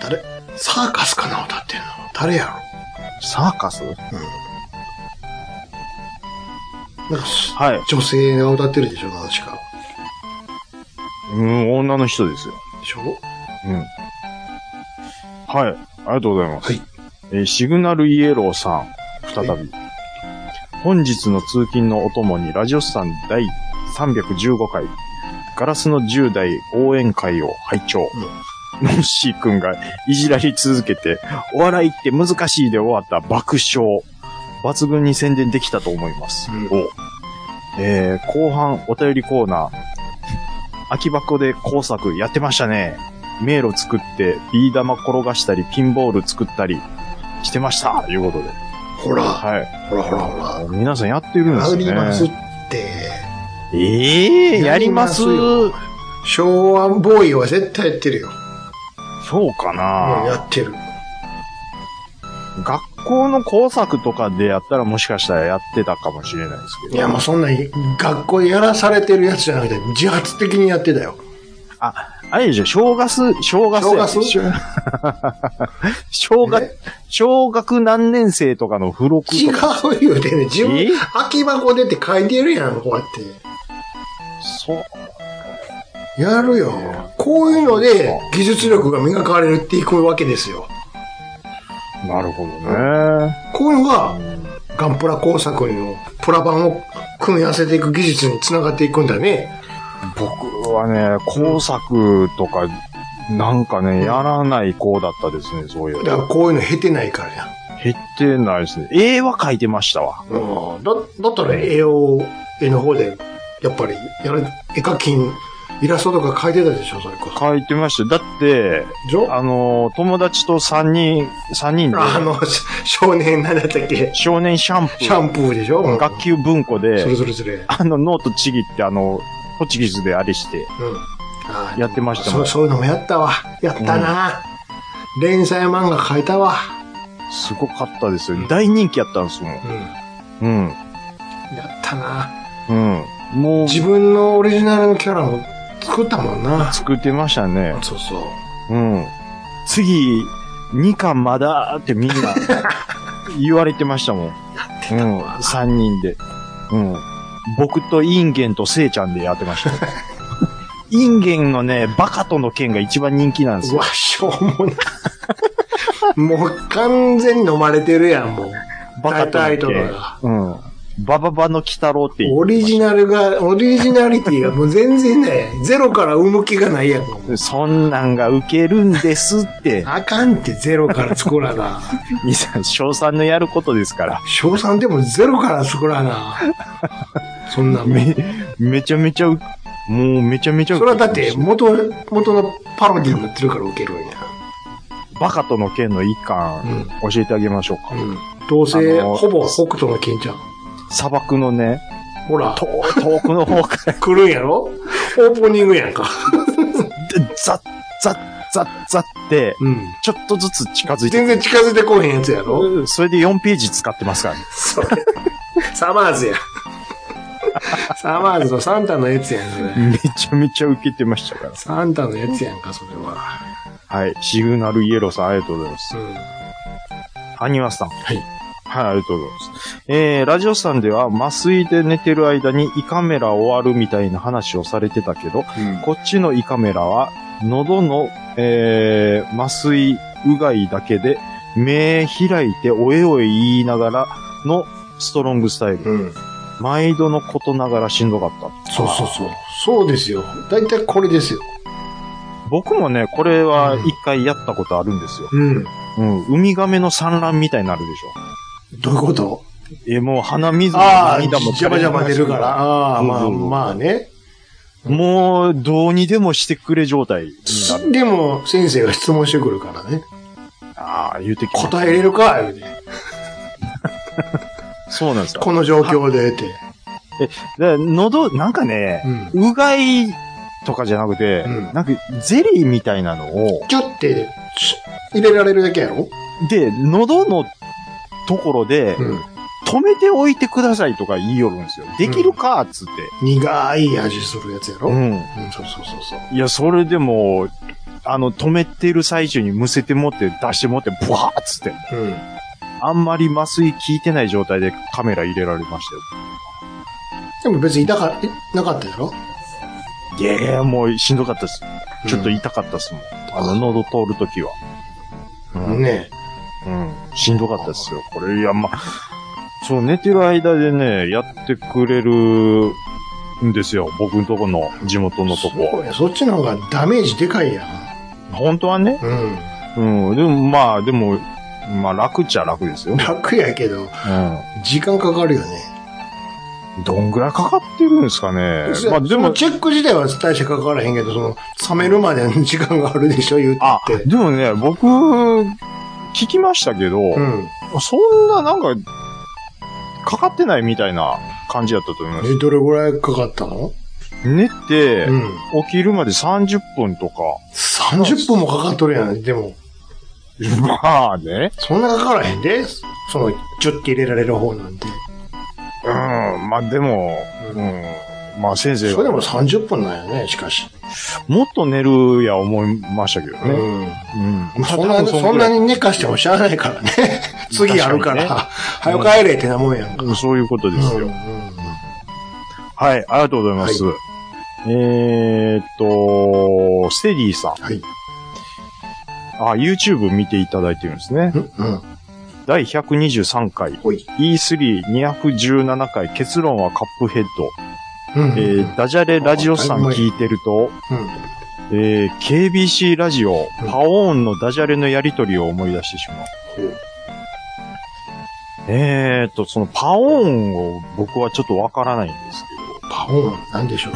S4: た。
S5: あれ、誰サーカスかな歌ってんの誰やろ
S4: サーカス
S5: なんかす
S4: はい。
S5: 女性が歌ってるでしょ、何しか。
S4: うん、女の人ですよ。
S5: でしょ
S4: うん。はい。ありがとうございます。
S5: はい
S4: えーシグナルイエローさん、再び。
S5: は
S4: 本日の通勤のお供に、ラジオスさん第315回、ガラスの10代応援会を拝聴。のっしーくんがいじられ続けて、お笑いって難しいで終わった爆笑。抜群に宣伝できたと思います。
S5: うん
S4: おえー後半お便りコーナー。空き箱で工作やってましたね。迷路作って、ビー玉転がしたり、ピンボール作ったりしてました。ということで。
S5: ほら、
S4: はい。
S5: ほらほらほら。
S4: 皆さんやってるんです
S5: あり
S4: ね。
S5: ますって。
S4: ええー、やります
S5: やりますよ昭和ボーイは絶対やってるよ。
S4: そうか
S5: うんや
S4: な
S5: ってる。
S4: 学校の工作とかでやったらもしかしたらやってたかもしれないですけど。
S5: いや、もうそんなに学校でやらされてるやつじゃなくて、自発的にやってたよ。
S4: あ、あれでしょ、正月、正月や。
S5: 正月
S4: 正正月、小学何年生とかの付録
S5: 違
S4: とか。
S5: う言うてね、自
S4: え
S5: 分、空き箱出て書いてるやん、こうやって。
S4: そう。
S5: やるよ。こういうので、技術力が磨かれるっていくわけですよ。
S4: なるほどね。
S5: こういうのが、ガンプラ工作のプラ版を組み合わせていく技術につながっていくんだね。
S4: 僕はね、工作とか、なんかね、やらない子だったですね、そういう
S5: だから
S4: の。
S5: こういうの経てないからや。
S4: 減ってないですね。絵は描いてましたわ。
S5: うん。だ、だったら絵を、絵の方で、やっぱり、やる、絵描きに、イラストとか描いてたでしょ、それこそ。
S4: 描いてました。だって、
S5: じょ
S4: あの、友達と3人、3人で、
S5: あの、し少年なんだったっけ
S4: 少年シャンプ
S5: シャ
S4: ー、
S5: ンプーでしょ、うん、
S4: 学級文庫
S5: それ
S4: で、
S5: それそれ。
S4: あの、ノートちぎって、あの、栃木図であれして、
S5: うん。
S4: やってましたも
S5: そ
S4: ん
S5: う、そういうのもやったわ。やったな、連載漫画書いたわ。
S4: すごかったですよ。大人気やったんですもん。
S5: うん。
S4: うん。
S5: やったな
S4: うん。もう、
S5: 自分のオリジナルのキャラも作ったもんな。
S4: 作ってましたね。
S5: そうそう。
S4: うん。次、2巻まだってみんな 言われてましたもん。うん。3人で。うん。僕とインゲンとセイちゃんでやってま した。インゲンのね、バカとの剣が一番人気なんです
S5: う
S4: よ。
S5: わ、しょうもない。もう完全に飲まれてるやん、もう。
S4: バカと
S5: タイト
S4: の
S5: ル
S4: 剣。
S5: が。
S4: うん。バババの鬼太郎って言ってました
S5: オリジナルが、オリジナリティがもう全然ね、ゼロから生む気がないやん。もう
S4: そんなんがウケるんです って、
S5: あかんってゼロから作 らな。
S4: 兄さん、賞賛のやることですから。
S5: 賞賛でもゼロから作らな。そんなもん
S4: め、めちゃめちゃう、もうめちゃめちゃウ
S5: そ
S4: ケ
S5: れ
S4: て
S5: は
S4: ました
S5: だって、元、元のパロディになってるからウケるんや。
S4: バカとの剣の一巻、教えてあげましょうか。
S5: うん。どうせ、
S4: あの
S5: ほぼ北斗の剣じゃん。
S4: 砂漠のね、
S5: ほら、
S4: と遠くの方から、
S5: 来るんやろオープニングやんか。
S4: ザッザッザッザッって、
S5: うん。
S4: ちょっとずつ近づいて
S5: 全然近づいてこうへんやつやろ
S4: 然それで4ページ使ってますからね。
S5: それ。サマーズや。サマーズのサンタのやつやん、そ れ。
S4: めちゃめちゃ受けてましたから。
S5: サンタのやつやんか、それは。
S4: はい。シグナルイエローさん、ありがとうございます。
S5: うん。。
S4: ハニワさん。はいはい、ありがとうございます。えー、ラジオさんでは麻酔で寝てる間に胃カメラ終わるみたいな話をされてたけど、こっちの胃カメラは、喉の、えー、麻酔、うがいだけで、目開いておえおえ言いながらのストロングスタイル。
S5: うん。
S4: 毎度のことながらしんどかった。
S5: そうそうそう。そうですよ。だいたいこれですよ。
S4: 僕もね、これは一回やったことあるんですよ。
S5: うん。
S4: うん。ウミガメの産卵みたいになるでしょ。
S5: どういうこと
S4: えー、もう鼻水も
S5: ああ、ジ
S4: 涙も
S5: ャバジャバ出るから。ああ、ま
S4: う
S5: あ
S4: んうんうん
S5: まあね。
S4: もう、どうにでもしてくれ状態になる。
S5: でも、先生が質問してくるからね。
S4: ああ、言うてきました
S5: 答えれるか言うて
S4: そうなんですよ。
S5: この状況でって。
S4: で喉、なんかね、
S5: うん。
S4: うがいとかじゃなくて、
S5: うん
S4: なんかゼリーみたいなのを、
S5: キュッて、シュッ入れられるだけやろ
S4: で、喉のところで、
S5: うん。
S4: 止めておいてくださいとか言いよるんですよ。できるかっつって。
S5: 苦い味するやつやろ
S4: う
S5: うん。
S4: ん。
S5: そうそうそうそう。
S4: いや、それでも、あの、止めてる最中にむせて持って、出して持って、ブワーっつって。
S5: うん。
S4: あんまり麻酔効いてない状態でカメラ入れられましたよ。
S5: でも別に痛か、えなかったやろ
S4: いやいや、もうしんどかったです。ちょっと
S5: う
S4: 痛かったですもん。あの、喉通るときは。うん。
S5: んね
S4: うん。しんどかったですよ。これ、いや、まあ、そう、寝てる間でね、やってくれるんですよ。僕のとこの、地元のとこ。
S5: そうやそっちの方がダメージでかいやん。
S4: 本当はね。
S5: うん。
S4: うん。でも、まあ、でも、まあ、楽っちゃ楽ですよ。
S5: 楽やけど、
S4: う
S5: 時間かかるよね。
S4: ん。どんぐらいかかってるんですかね。まあ、で
S5: でも、
S4: も、
S5: チェック自体は大してかからへんけど、その、冷めるまでの時間があるでしょ、言う
S4: あ
S5: て、。
S4: でもね、僕、聞きましたけど、
S5: うん。
S4: そんななんか、かかってないみたいな感じだったと思います。
S5: え、どれぐらいかかったの
S4: 寝て
S5: う、ん。
S4: 起きるまで30分 とか。
S5: 30分もかかっとるやん。でも、
S4: まあね。
S5: そんなかからへんで。その、ジュッて入れられる方なんて。
S4: うん。まあでも、うん。まあ先生
S5: それで
S4: が、
S5: も30分なんやね、しかし。
S4: もっと寝るや思いましたけどね。
S5: うん。
S4: うん。
S5: そんな、そんなに寝かしてもしゃあないか らね。次あるから、早く帰れってなもんやんか。
S4: に。そういうことですよ。はい、ありがとうございます。えーっと、ステディさん。
S5: はい。
S4: あ、YouTube 見ていただいてるんですね。
S5: うん、うん。
S4: 第123回、
S5: ほい。
S4: E3217 回、結論はカップヘッド。
S5: うん。
S4: えーダジャレラジオさん聞いてると、えー KBC ラジオ、パオーンのダジャレのやりとりを思い出してしまう。えーっと、そのパオーンを僕はちょっとわからないんです
S5: パオン、なんでしょう。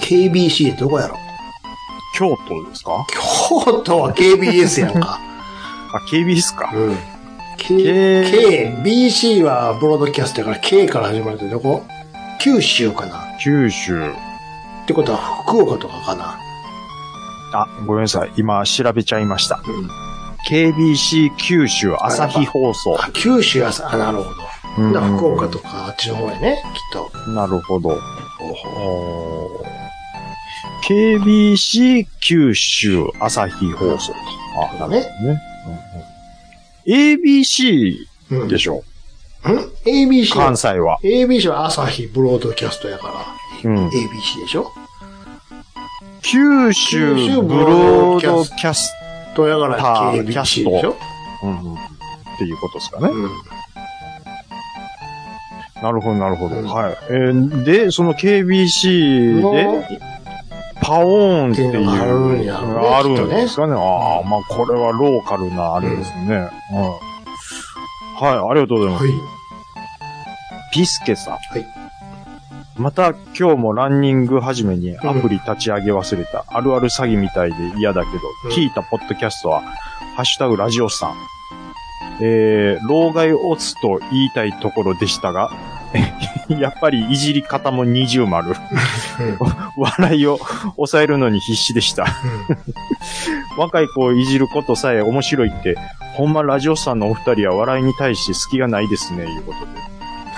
S4: け
S5: KBC どこやろ
S4: ど、京都ですか
S5: 京都は KBS やんか。
S4: あ、KBS か。
S5: うん。
S4: K-
S5: K、K、BC はブロードキャストやから K から始まるってどこ九州かな
S4: 九州。
S5: ってことは福岡とかかな
S4: あ、ごめんなさい。今調べちゃいました。
S5: うん。
S4: KBC 九州朝日放送。
S5: あ、九州はさ、あ、なるほど。
S4: うん
S5: だから福岡とかあっちの方やね、きっと。
S4: なるほど。おー KBC 九州朝日放送。あ、
S5: だね。
S4: ABC
S5: うん。
S4: で
S5: し
S4: しょ。
S5: ょ。ん ?ABC は
S4: 関、西は。
S5: ABC は朝日ブロードキャストやから、
S4: うん。
S5: ABC でしょ
S4: 九州
S5: 九州
S4: ブ
S5: ブ
S4: ロ
S5: ロ
S4: ー
S5: ー
S4: ド
S5: ド
S4: キャス
S5: とやから
S4: パー
S5: KBC でし
S4: キャスト
S5: ょ
S4: うん。っていうことですかね。
S5: うん。
S4: なるほど、なるほど。
S5: うん
S4: はい。えーで、その KBC で、
S5: で
S4: パオーンっていう
S5: っていうのがあるんやろうね
S4: あるんですかね。ああ、まあこれはローカルなあれですね。うんはい、ありがとうございます。
S5: はい。
S4: ピスケさん。
S5: はい
S4: また今日もランニング始めにアプリ立ち上げ忘れた。あるある詐欺みたいで嫌だけど、
S5: うん
S4: 聞いたポッドキャストは、ハッシュタグラジオさん。えー、老害オツと言いたいところでしたが、 やっぱりいじり方も二重丸。笑いを抑えるのに必死でした。若い子をいじることさえ面白いって、ほんまラジオさんのお二人は笑いに対して隙がないですね、いうことで。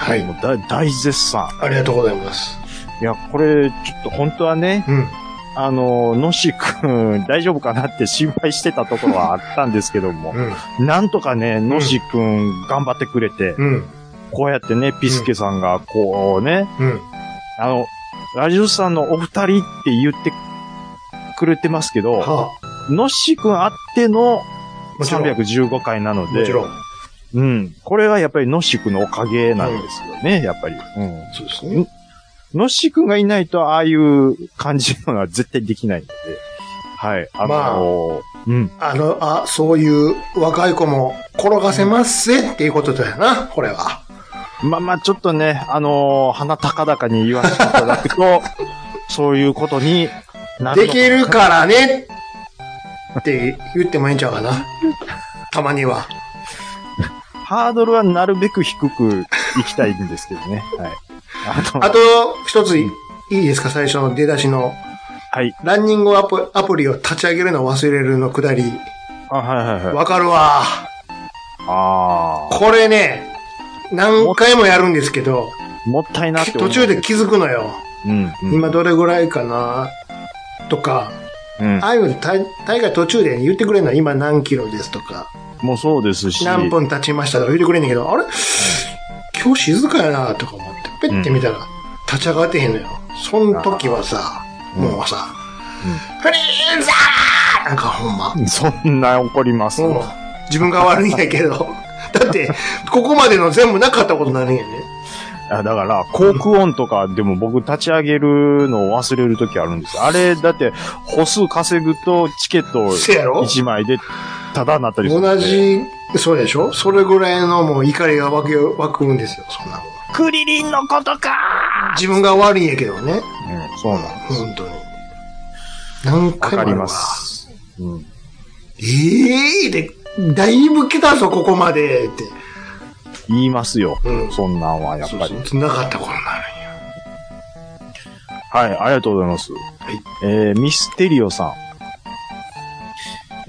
S5: はい。
S4: もう大大絶賛。
S5: ありがとうございます。
S4: いや、これ、ちょっと本当はね、
S5: うん。
S4: あの、のし君、 大丈夫かなって心配してたところはあったんですけども、
S5: うん。
S4: なんとかね、のし君、頑張ってくれて、
S5: うん。
S4: こうやってね、ピスケさんが、こうね、
S5: うん。
S4: あの、ラジオさんのお二人って言ってくれてますけど、
S5: は
S4: のし君あっての
S5: あ、もちろん。
S4: 315回なの
S5: もち
S4: で、
S5: ろん。
S4: うん、これはやっぱりのし君のおかげなんですよね、やっぱり。うん
S5: そうですね。
S4: のっしーくんがいないと、ああいう感じのは絶対できないので。はい。あの
S5: まあ
S4: うん。
S5: あの、あ、そういう若い子も転がせますぜっていうことだよな、これは。
S4: まあまあ、ちょっとね、あのー鼻高々に言わせていただく と、そういうことになる
S5: で
S4: の
S5: きるからねって言ってもいいんちゃうかな。たまには。
S4: ハードルはなるべく低くいきたいんですけどね。はい。あの
S5: あと、一ついいですか、最初の出だしの。
S4: はい。
S5: ランニングアプアプリを立ち上げるの忘れるのくだり。
S4: あ、はいはいはい。
S5: わかるわ。
S4: あ
S5: これね、何回もやるんですけど、
S4: あ、もったいなって思う
S5: 途中で気づくのよ。
S4: うん、うん。
S5: 今どれぐらいかなとか、
S4: うん
S5: あ。あいうの大大概途中で言ってくれるのは今何キロですとか、
S4: もうそうですし。
S5: 何分経ちましたとか言ってくれんねんけど、あれ今日静かやなとか思って、ペッて見たら、立ち上がってへんのよ。そん時はさ、
S4: うん
S5: もうさ、フリーザーなんかほんま。
S4: そんな怒ります。
S5: もう自分が悪いんや けど。だって、ここまでの全部なかったことになるんやね。
S4: あだから、航空音とかでも僕立ち上げるのを忘れるときあるんですよ。あれ、だって、歩数稼ぐとチケット
S5: せやろ
S4: 1枚でタダになったりするんで。
S5: 同じ、そうでしょそれぐらいのもう怒りが湧く湧くんですよ、そんなもん。
S1: クリリンのことか
S5: 自分が悪いんやけどね。
S4: うん、そうなんです。
S5: 本当に。何
S4: わ
S5: 回も
S4: か
S5: ある
S4: り
S5: わ
S4: ます。うん。
S5: ええで、だいぶ来たぞ、ここまで。って。
S4: 言いますよ。
S5: うん
S4: そんなんは、やっぱり。
S5: そうそうなかったことになるんや。
S4: はい、ありがとうございます。えー、ミステリオさん。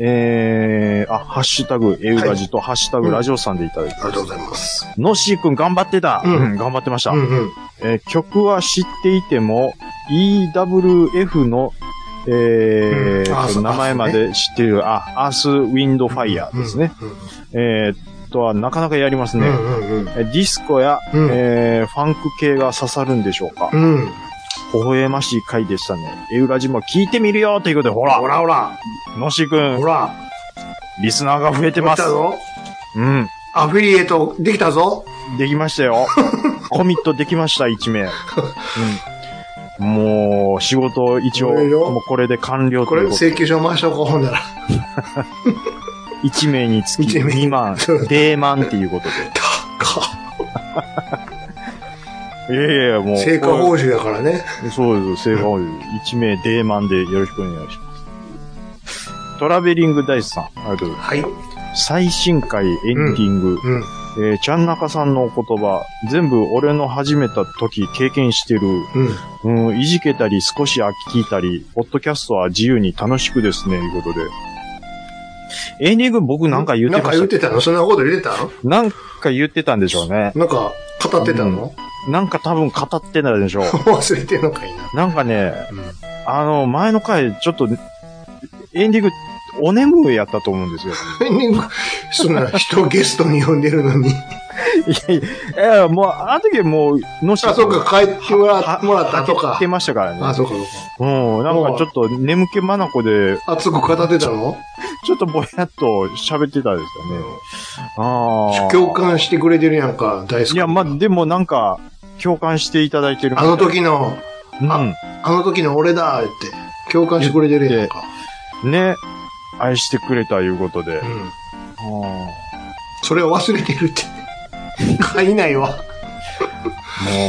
S4: えー、あ、ハッシュタグ、エウラジと、ハッシュタグ、ラジオさんでいただいて、
S5: りがとうございます。
S4: ノッシーくん頑張ってた、
S5: うん
S4: うん、頑張ってました、
S5: うんうん。
S4: えー曲は知っていても、EWF の、えー
S5: うん
S4: と
S5: あそう
S4: 名前まで知っている、あ、アース、ウィンド、ファイヤーですね。えーっとは、なかなかやります
S5: うん。
S4: ね。
S5: うんうんうん。
S4: えディスコや、
S5: うん
S4: えーファンク系が刺さるんでしょうか。
S5: うん。
S4: 微笑ましい回でしたね。エウラジも聞いてみるよということで、ほら、
S5: ほらほら。
S4: のっしーく
S5: ほ
S4: ん、
S5: ら。
S4: リスナーが増えて
S5: でき
S4: ます
S5: た。ぞ。
S4: うん。
S5: アフィリエイトできたぞ。
S4: できました よ。コミットできました、1名。うん、もう、仕事一応
S5: これ、よ
S4: もうこれで完了
S5: こと
S4: い
S5: れ
S4: うこと
S5: 請求書回しとこう、ほんなら。
S4: 1名につき
S5: 一名
S4: 2万、0万 っていうこと
S5: か。
S4: で。いやいや、もう。
S5: 成果報酬やからね。
S4: そうです、正方一名デーマンでよろしくお願いします。トラベリングダイスさん、ありがとうございま
S5: はい。
S4: す。最新回エンディング、
S5: うん。
S4: えーちゃんなかさんのお言葉、全部俺の始めた時経験してる、
S5: うん。
S4: うん、いじけたり少し飽きたり、ポッドキャストは自由に楽しくですね、いうことで。エンディング僕なんか言って
S5: なん
S4: ま
S5: か言っ
S4: して
S5: たのそんなこと言ってたの
S4: た。なんか言ってたんでしょうね。
S5: なんか語ってたの、
S4: なんか多分語ってたでしょう。
S5: 忘れてんのかいな。
S4: なんかね、
S5: うん。
S4: あの、前の回、ちょっと、エンディング、おねむやったと思うん ですよ。
S5: そんな人をゲストに呼んでるのに。
S4: いやいや、いやもう、あの時はもう、のし
S5: あ、そうか、帰ってもらもらったと
S4: 言っ
S5: か
S4: て。ましたから
S5: あ、
S4: ね。
S5: そうか、そう
S4: うん、なんかちょっと、眠気まなこで、
S5: か。熱く語ってたの
S4: ちょっとぼやっと喋ってたですよね。ああ。
S5: 共感してくれてるやんか、大好き。
S4: いや、まあ、でもなんか、共感していただいてるみた
S5: あ
S4: い
S5: の、時の、
S4: う
S5: あの時の俺だって、共感してくれてるやんか。
S4: ん。ね。愛してくれたいうことで。
S5: うん。
S4: うん
S5: それを忘れてるって。買いないわ。
S4: もう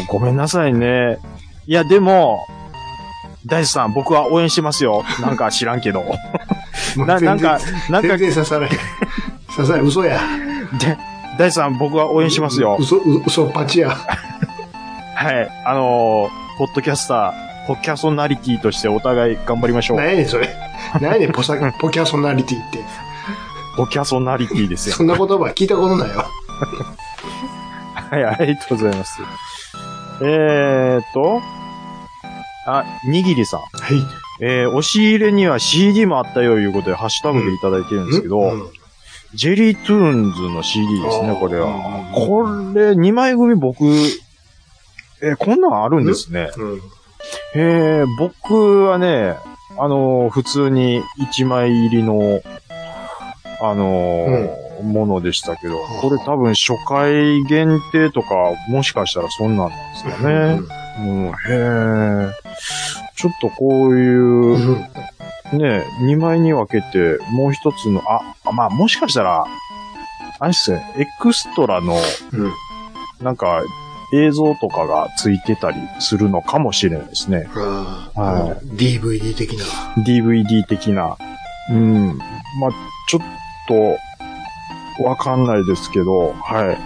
S4: ごめんなさいね。いや、でも、大地さん、僕は応援してますよ。なんか知らんけ ど。
S5: もう
S4: な、な
S5: 全
S4: ん
S5: 然
S4: か、なんか
S5: 全、然刺されへん。刺され、嘘や。
S4: で大地さん、僕は応援しますよ。
S5: 嘘、嘘嘘っぱちや。
S4: はい。あのー、ポッドキャスター、ポッキャソナリティとしてお互い頑張りましょう
S5: 何。やねん、それ。何やねん、ポサ、ポキャソナリティって。
S4: ポッキャソナリティですよ
S5: そ。んな言葉聞いたことないわ。
S4: はい、ありがとうございます。えーっと、あ、にぎりさん。
S5: はい。
S4: えー、押し入れには CD もあったよ、いうことで、ハッシュタグでいただいてるんですけど、
S5: うん
S4: ジェリートゥーンズの CD ですね、これは。
S5: は
S4: これ、2枚組僕、えーこんなんあるんですね。
S5: うん。
S4: えー、僕はね、あのー普通に1枚入りの、あのーものでしたけど、
S5: はあ
S4: これ多分初回限定とか、もしかしたらそんなんなんですよね。うん、へーちょっとこういう
S5: う、ん。
S4: ね、2枚に分けて、もう一つの、あ、あまあ、もしかしたら、あれっすね、エクストラの、
S5: うん
S4: なんか、映像とかがついてたりするのかもしれないですね。
S5: あ
S4: は
S5: あ、DVD 的な。
S4: DVD 的な。うん。まあ、ちょっと、わかんないですけど、はい。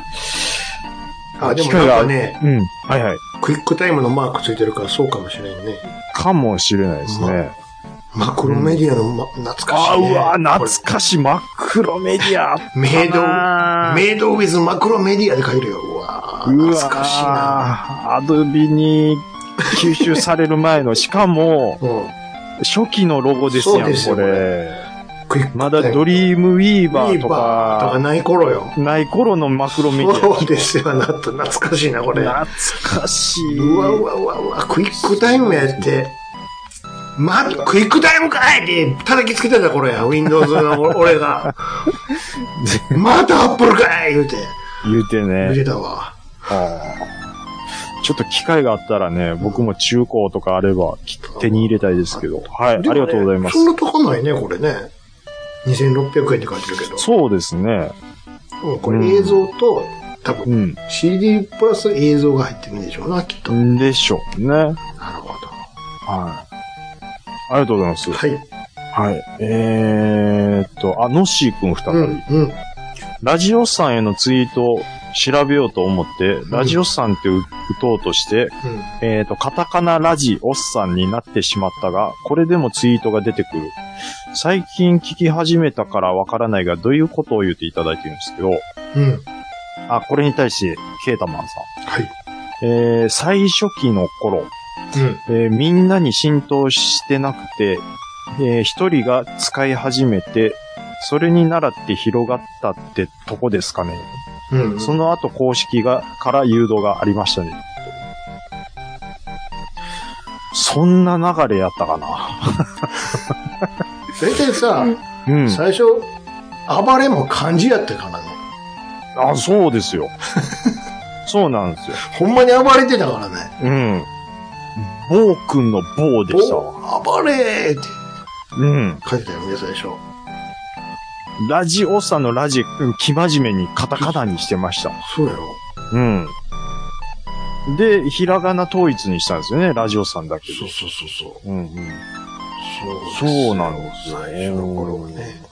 S5: あ、でもなんかね、
S4: うん。はいはい。
S5: クイックタイムのマークついてるからそうかもしれんね。
S4: かもしれないですね。
S5: うマクロメディアの、ま、懐か
S4: あ
S5: しい、
S4: う
S5: ね。
S4: わ、懐かしい、マクロメディアあったな。
S5: メイドメイドウィズマクロメディアで書いてるよ。うわ
S4: うわ
S5: 懐かしいな。
S4: アドビに吸収される前 の、しかも、
S5: うん。
S4: 初期のロゴですや
S5: そ
S4: ん、
S5: うですよ
S4: こ
S5: こ
S4: れ。
S5: クイック
S4: まだドリームウィーバ
S5: ビ
S4: ー
S5: ー
S4: と
S5: バーとか
S4: か、
S5: ない頃よ。
S4: ない頃のマクロメディア。
S5: そうですよ、なった。懐かしいな、これ。うわ
S4: 懐かしい。
S5: うわうわうわ、クイックタイムやって。ま、クイックタイムかいって叩きつけてた頃や、Windows の俺 俺が。またアップルかい言うて、
S4: 言うて
S5: 見
S4: ね。
S5: てたわ。
S4: ちょっと機会があったらね、僕も中高とかあればき手に入れたいですけど。はい、ありがとうございま
S5: そん
S4: す。
S5: な高ないね、これね。2600円って書いてるけど。
S4: そうですね。
S5: うんこれ映像と、多分
S4: う
S5: CD プラス映像が入ってるんでしょうな、きっと。
S4: ん。でしょうね。はい。
S5: なるほど。
S4: ありがとうございます。
S5: はい。
S4: はい。えーっと、あ、のっしーくん再び、
S5: うん、うん。
S4: ラジオさんへのツイート、調べようと思って、ラジオスさんって打とうとして、えっ、と、カタカナラジオッさんになってしまったが、これでもツイートが出てくる。最近聞き始めたからわからないが、どういうことを言っていただいてるんですけど、
S5: うん。うん。
S4: あ、これに対して、ケータマンさん。
S5: はい。
S4: えー最初期の頃、
S5: うん。
S4: えーみんなに浸透してなくて、えー一人が使い始めて、それに習って広がったってとこですかね。
S5: うん。
S4: その後公式が、から誘導がありましたね。そんな流れやったかな。
S5: 大体さ、
S4: うん。
S5: 最初、暴れも漢字やったからね。
S4: あ、そうですよ。 そうなんですよ。
S5: ほんまに暴れてたからね。
S4: うん。暴君の暴でしたわ。
S5: お暴れーって
S4: うん。
S5: 書いてたよね、最初。
S4: ラジオさんのラジ、うん、生真面目にカタカナにしてました。
S5: そうやろ。
S4: うん。で、ひらがな統一にしたんですよね、ラジオさんだけ
S5: そうそうそうそう。
S4: ど。うんうん、
S5: そうです
S4: そうなんですよ
S5: 最初の頃はね。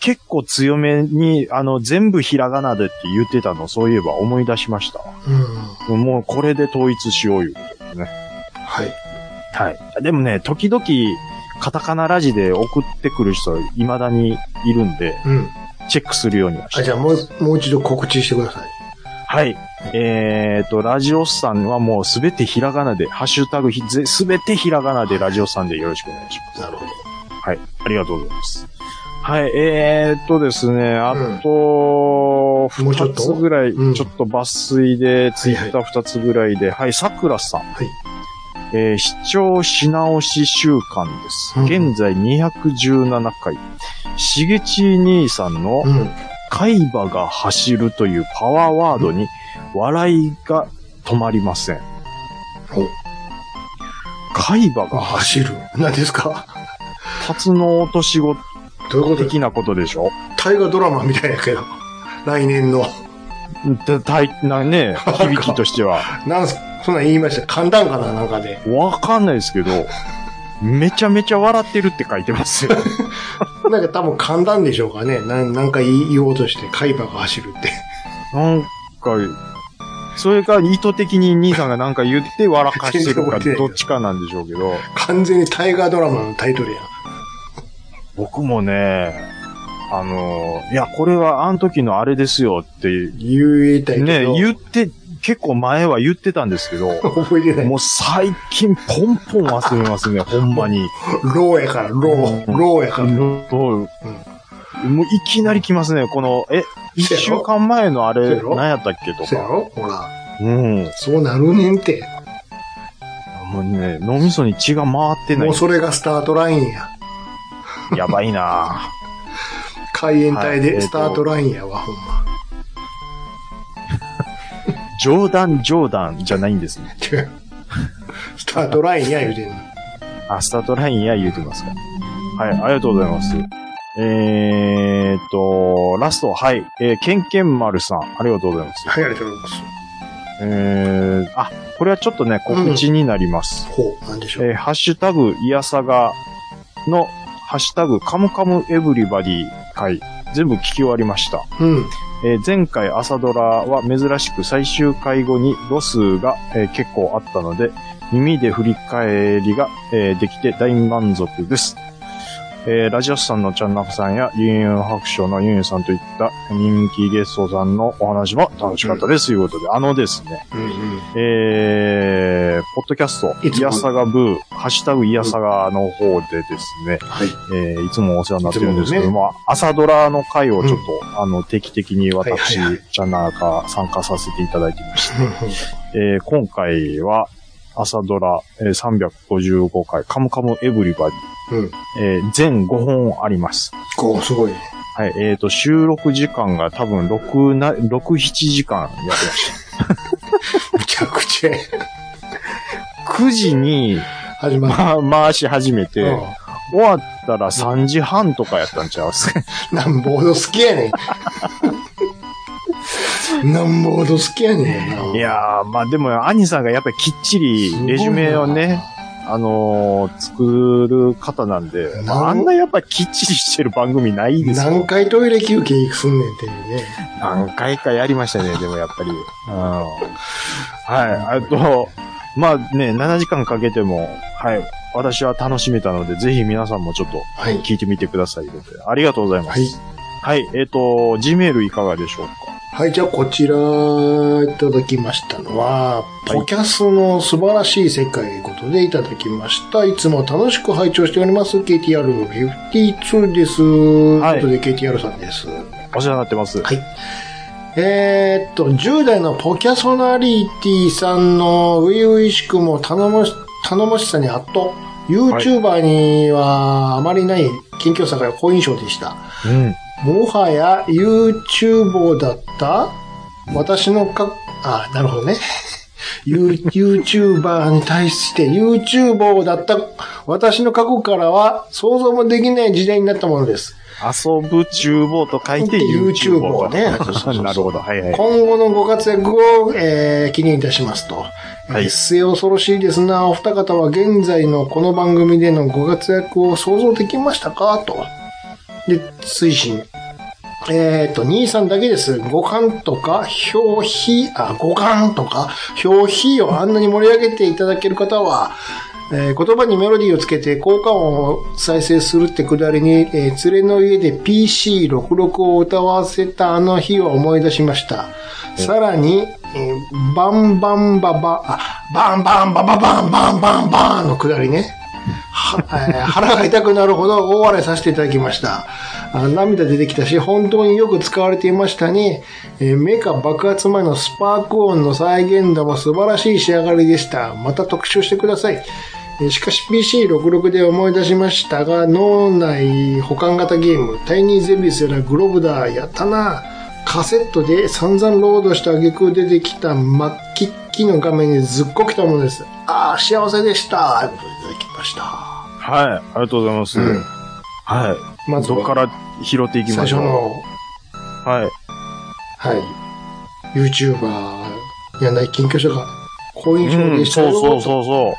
S4: 結構強めに、あの、全部ひらがなでって言ってたの、そういえば思い出しました。
S5: うん。
S4: もうこれで統一しよういうことですね。
S5: はい。
S4: はい。でもね、時々、カタカナラジで送ってくる人、未だにいるんで、
S5: うん。
S4: チェックするようにはして
S5: あ、じゃあもう、もう一度告知してください。
S4: はい。えっ、と、ラジオスさんはもうすべてひらがなで、ハッシュタグひ、すべてひらがなでラジオスさんでよろしくお願いします。
S5: なるほど。
S4: はい。ありがとうございます。はい。えー、っとですね、あと、
S5: もうちょっ
S4: 二
S5: と
S4: つぐらい、
S5: うん
S4: ちょっと抜粋で、ツイッタ
S5: は
S4: ー二つぐらいで、はい、桜さん。
S5: はい。
S4: えー視聴し直し週間です。
S5: うん
S4: 現在217回。しげち兄さんの、
S5: うん。
S4: 海馬が走るというパワーワードに笑いが止まりません。
S5: お
S4: 海馬が走る
S5: 走る。何ですか
S4: タツの落とし子
S5: どういうこと
S4: 的なことでしょ
S5: 大河ドラマみたいやけど。来年の。
S4: だたいなね、響きとしては。
S5: なんす、そんなん言いました。簡単かななんかで。
S4: わかんないですけど、めちゃめちゃ笑ってるって書いてますよ。
S5: なんか多分簡単でしょうかね。なんなんか言い言おうとして、海馬が走るって。
S4: なんか、それか意図的に兄さんがなんか言って笑かしてるかどっちかなんでしょうけど。
S5: 完全に大河ドラマのタイトルやん。
S4: 僕もね、あの、いや、これはあの時のあれですよって、
S5: 言いたいけ
S4: ね
S5: ど。、
S4: 言って、結構前は言ってたんですけど、
S5: 覚えてない。
S4: もう最近ポンポン忘れ ますね、ほんまに。
S5: ローやから、ロー。ローやから。
S4: もう、もういきなり来ますね、この、え、一
S5: せや
S4: 週
S5: ろ
S4: 間前のあ
S5: せ
S4: れ、
S5: やろ
S4: 何やったっけと
S5: そうや
S4: か。
S5: ろほら。
S4: うん。
S5: そうなるねんて。
S4: もうね、脳みそに血が回ってな
S5: も。
S4: いう
S5: それがスタートラインや。
S4: やばいな
S5: 海援隊
S4: はいえー
S5: で
S4: と
S5: スタートラインやわ、ほんま。
S4: 冗談冗談じゃないんですね。
S5: 違う。 スタートラインや言うてんの。
S4: あ、スタートラインや言うてますか。はい、ありがとうございます。えーっと、ラスト、はい、えー、ケンケン丸さん、ありがとうございます。
S5: はい、ありがとうございます。
S4: えー、あ、これはちょっとね、告知になります。
S5: ほう、なんでしょう。
S4: えーハッシュタグ、いやさがの、ハッシュタグ、カムカムエブリバディ回、全部聞き終わりました。
S5: うん。
S4: えー前回朝ドラは珍しく最終回後にロスが、えー結構あったので、耳で振り返りが、えーできて大満足です。えーラジオスさんのチャンナフさんや、ユンユン白書のユンユンさんといった人気ゲストさんのお話も楽しかったです。ということで、あのですね、
S5: うんうん。
S4: えー、ポッドキャスト、
S5: いつも
S4: いやさがブー、ハッシュタグいやさがの方でですね、
S5: はい。
S4: えーいつもお世話になってるんですけ
S5: い
S4: ど
S5: つ
S4: も、朝ドラの回をちょっと、あの、定期的に私、
S5: はいはい
S4: じゃなか参加させていただいてまして、えー今回は、朝ドラ、えー355回、カムカムエブリバディ、
S5: うん
S4: えー全5本あります。
S5: こう、すごいね。
S4: はい、えっ、と、収録時間が多分6な、6、7時間やってました。
S5: むちゃくちゃ
S4: 9時に、
S5: 始まっ
S4: まあ、回し始め
S5: て。
S4: て、終わったら3時半とかやったんちゃう
S5: うんなんぼほど好きやね ん。なんぼほど好きやねん。
S4: いやー、まあでも、兄さんがやっぱりきっちり
S5: すごいな、
S4: レジュメをね、あのー作る方なんで、
S5: なん
S4: あんなやっぱきっちりしてる番組ないですよ
S5: 何回トイレ休憩行くすんねんっていうね。
S4: 何回かやりましたね、でもやっぱり。うん。はい。あと、まあね、7時間かけても、はい。私は楽しめたので、ぜひ皆さんもちょっと
S5: はい。
S4: 聞いてみてください。ありがとうございま
S5: はい。
S4: す。はい。えっ、と、G メールいかがでしょうか
S5: はい、じゃあこちらいただきましたのは、ポキャスの素晴らしい世界ということでいただきました。いつも楽しく拝聴しております。KTR52 です。
S4: はい
S5: ということで KTR さんです。
S4: お世話になってます。
S5: はい。えーっと、10代のポキャソナリティさんの初々しくも頼もし、頼もしさに圧倒。YouTuber にはあまりない謙虚さが好印象でした。
S4: うん。
S5: もはや YouTuber だった私のか、あ、なるほどね。 ユー YouTuber に対して YouTuber だった私の過去からは想像もできない時代になったものです。
S4: 遊ぶ厨房と書いて
S5: で
S4: YouTube を。
S5: ねそうそうそ う
S4: なるほど。はいはい。
S5: 今後のご活躍を、えー、記念いたしますと。
S4: はい
S5: えー末恐ろしいですな。お二方は現在のこの番組でのご活躍を想像できましたかと。で、推進。えっ、と、兄さんだけです。五感とか、表皮、あ、五感とか、表皮をあんなに盛り上げていただける方は、えー言葉にメロディーをつけて効果音を再生するってくだりに、えー連れの家で PC66 を歌わせたあの日を思い出しました。さらに、えーバンバンババ、あ、バンバンバババンバンバンバンのくだりね。はえー 腹が痛くなるほど大笑いさせていただきました。あ涙出てきたし、本当によく使われていましたね。えーメカ爆発前のスパーク音の再現度も素晴らしい仕上がりでした。また特集してください。えーしかし PC66 で思い出しましたが、脳内保管型ゲーム、タイニーゼビスやらグローブだ、やったな。カセットで散々ロードした挙句出てきた真っキッキの画面にずっこきたものです。ああ、幸せでした。ということでいただきました。
S4: はい。ありがとうございます。
S5: うん
S4: はい。
S5: まず
S4: どっか
S5: は
S4: ら拾っていき
S5: 最
S4: まし
S5: 初
S4: ょう。
S5: の、
S4: はい。
S5: はい、YouTuber やない近況者が好印象
S4: う
S5: で
S4: ん、
S5: したよ、
S4: そうそうそうそう。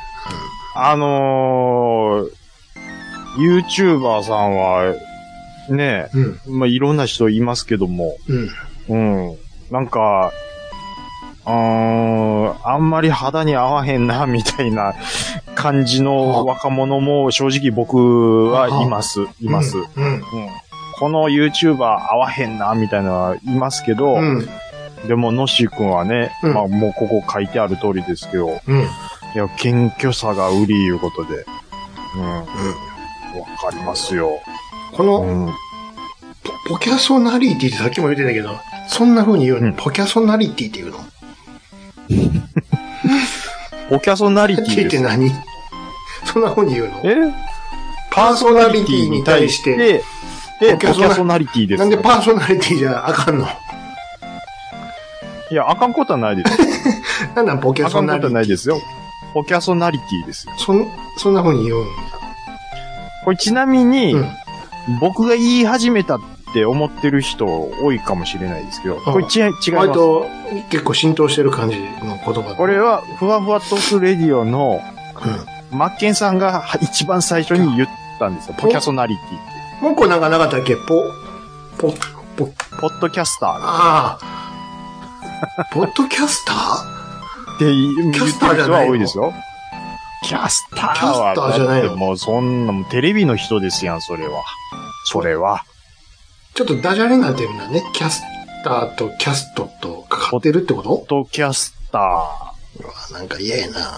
S4: あのー、YouTuber さんは、ね、
S5: う。うん、
S4: まあ、いろんな人いますけども、
S5: うん。
S4: うん。なんか、うーん、あんまり肌に合わへんな、みたいな感じの若者も正直僕はいます、います。うん
S5: うん。
S4: この YouTuber 合わへんな、みたいなのはいますけど、
S5: うん。
S4: でも、のっしーくんはね、
S5: うん
S4: まあ、もうここ書いてある通りですけど、
S5: うん。
S4: いや、謙虚さが売りいうことで。うん。わ、かりますよ。
S5: こ
S4: うん。
S5: のポ、ポキャソナリティってさっきも言ってたけど、そんな風に言うの、
S4: うん
S5: ポキャソナリティって言うの
S4: ポキャソナリテ
S5: って
S4: ィ
S5: っ
S4: で
S5: て
S4: す。
S5: 何そんな風に言うの
S4: え
S5: パーソナリティに対して、
S4: で、で、
S5: ポ
S4: ポキ
S5: キャソナ
S4: ャソナリティです。
S5: なんでパーソナリティじゃあかんの
S4: いや、あかんことはないです。
S5: なんなんポキャ
S4: あ
S5: ソ
S4: かん
S5: ナ
S4: こ
S5: リ
S4: と
S5: テ
S4: は
S5: ィ
S4: ないですよ。ポキャソナリティですよ。
S5: そん、そんな風に言うん
S4: これちなみに、
S5: うん
S4: 僕が言い始めたって思ってる人多いかもしれないですけど、これち違います。
S5: 割と結構浸透してる感じの言葉。
S4: これは、ふわふわトークレディオの、マッケンさんが一番最初に言ったんですよ。ポキャソナリティ。
S5: もう一個なんかなかったっけポ、ポ、ポ、
S4: ポッドキャスター。
S5: ああ。ポッドキャスター
S4: って言ってる人は多いですよ。キャスターは
S5: キャスターじゃないの
S4: だってもうそんなもんテレビの人ですやん、それは。それは。
S5: ちょっとダジャレになってるんだね。キャスターとキャストとかかってるってこ
S4: ポッドキャスター。
S5: となんか嫌やな。
S4: いや、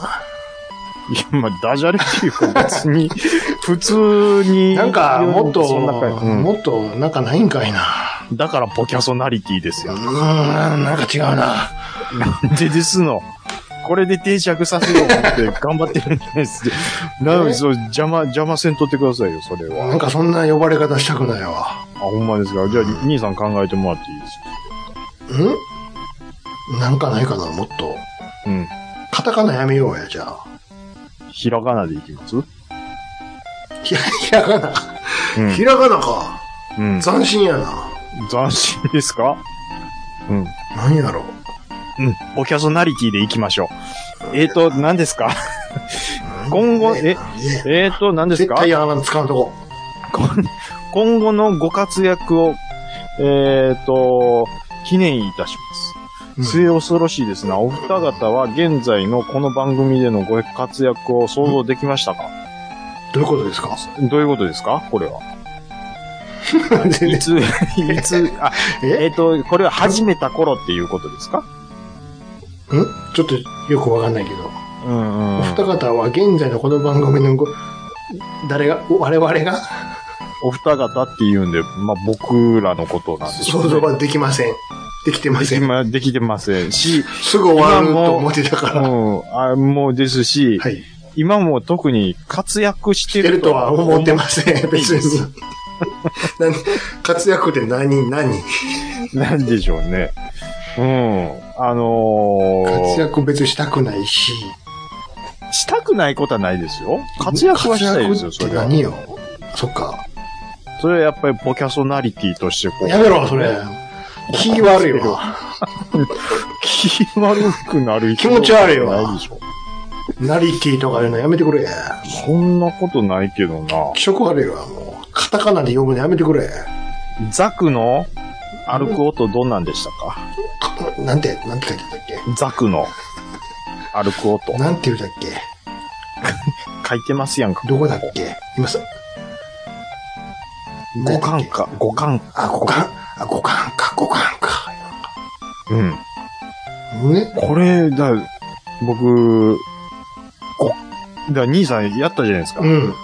S4: まあ、ダジャレっていうか別に、普通に。
S5: なんか、もっと、
S4: そんな感じうん
S5: もっと、なんかないんかいな。
S4: だからポキャソナリティです
S5: うー
S4: よ。
S5: ん、なんか違うな。
S4: でですの。これで定着させようと思って頑張ってるんじゃないです。なのに、そう、邪魔、邪魔せんとってくださいよ、それは。
S5: なんかそんな呼ばれ方したくないわ。
S4: あ、ほんまですか。じゃあ、兄さん考えてもらっていいです
S5: んなんかないかな、もっと。
S4: かうん。
S5: カタカナやめようや、じゃあ。
S4: ひらがなでいきます
S5: ひらひらがな。
S4: うん
S5: ひらがなか。
S4: うん。
S5: 斬新やな。
S4: 斬新ですかうん。
S5: 何やろう。
S4: うん。ポキャソナリティで行きましょう。えっ、ー、と、何ですか今後、え、えーと、何です
S5: 絶
S4: か
S5: 対やらない使うとこ。
S4: 今後のご活躍を、えーと、記念いたし
S5: う
S4: ま
S5: ん
S4: す。末恐ろしいですな。お二方は現在のこの番組でのご活躍を想像できましたか、
S5: どういうことですか
S4: どういうことですかこれは。
S5: 全
S4: い
S5: 然。
S4: つ、いつ、あ、え
S5: え
S4: っ、と、これは始めた頃っていうことですか
S5: んちょっとよくわかんないけど。
S4: うん
S5: お二方は現在のこの番組のご、誰が、お我々が
S4: お二方っていうんで、まあ、僕らのことなんでしょう、
S5: 想
S4: ね。
S5: 像はできません。できてま
S4: で
S5: せ
S4: き
S5: ん。
S4: ま、できてませんし、
S5: すぐ終わると思ってたか
S4: う
S5: ら。
S4: ん、あもうですし、
S5: はい。
S4: 今も特に活躍し
S5: しててる
S4: る
S5: と
S4: と
S5: は
S4: は
S5: 思ってま
S4: し
S5: せん。別に。何活躍って何何
S4: た。なんでしょうね。うん。あのー、
S5: 活躍別にしたくないし。
S4: したくないことはないですよ。活躍はしたいですよ、それ
S5: 活躍って
S4: は。
S5: 何よ。そっか。
S4: それはやっぱりポキャソナリティとしてこう。
S5: やめろ、それ。気悪いわ。
S4: 気悪くなる
S5: 気持ち悪いわ
S4: ないでしょ。
S5: ナリティとかいうのやめてくれ。
S4: そんなことないけどな。
S5: 気色悪いわ、もう。カタカナで呼ぶのやめてくれ。
S4: ザクの歩く音どんなんでしたか
S5: なんて、なんて書いてたっけ
S4: ザクの歩く音。
S5: なんて言うたっけ
S4: 書いてますやんか。
S5: どこだっけ今さ、
S4: 五感か。五感。
S5: あ、五感、あ、五感か、五感か。
S4: うん。
S5: ね、
S4: これ、だ、僕、こ、だ、兄さんやったじゃないですか
S5: う。ん。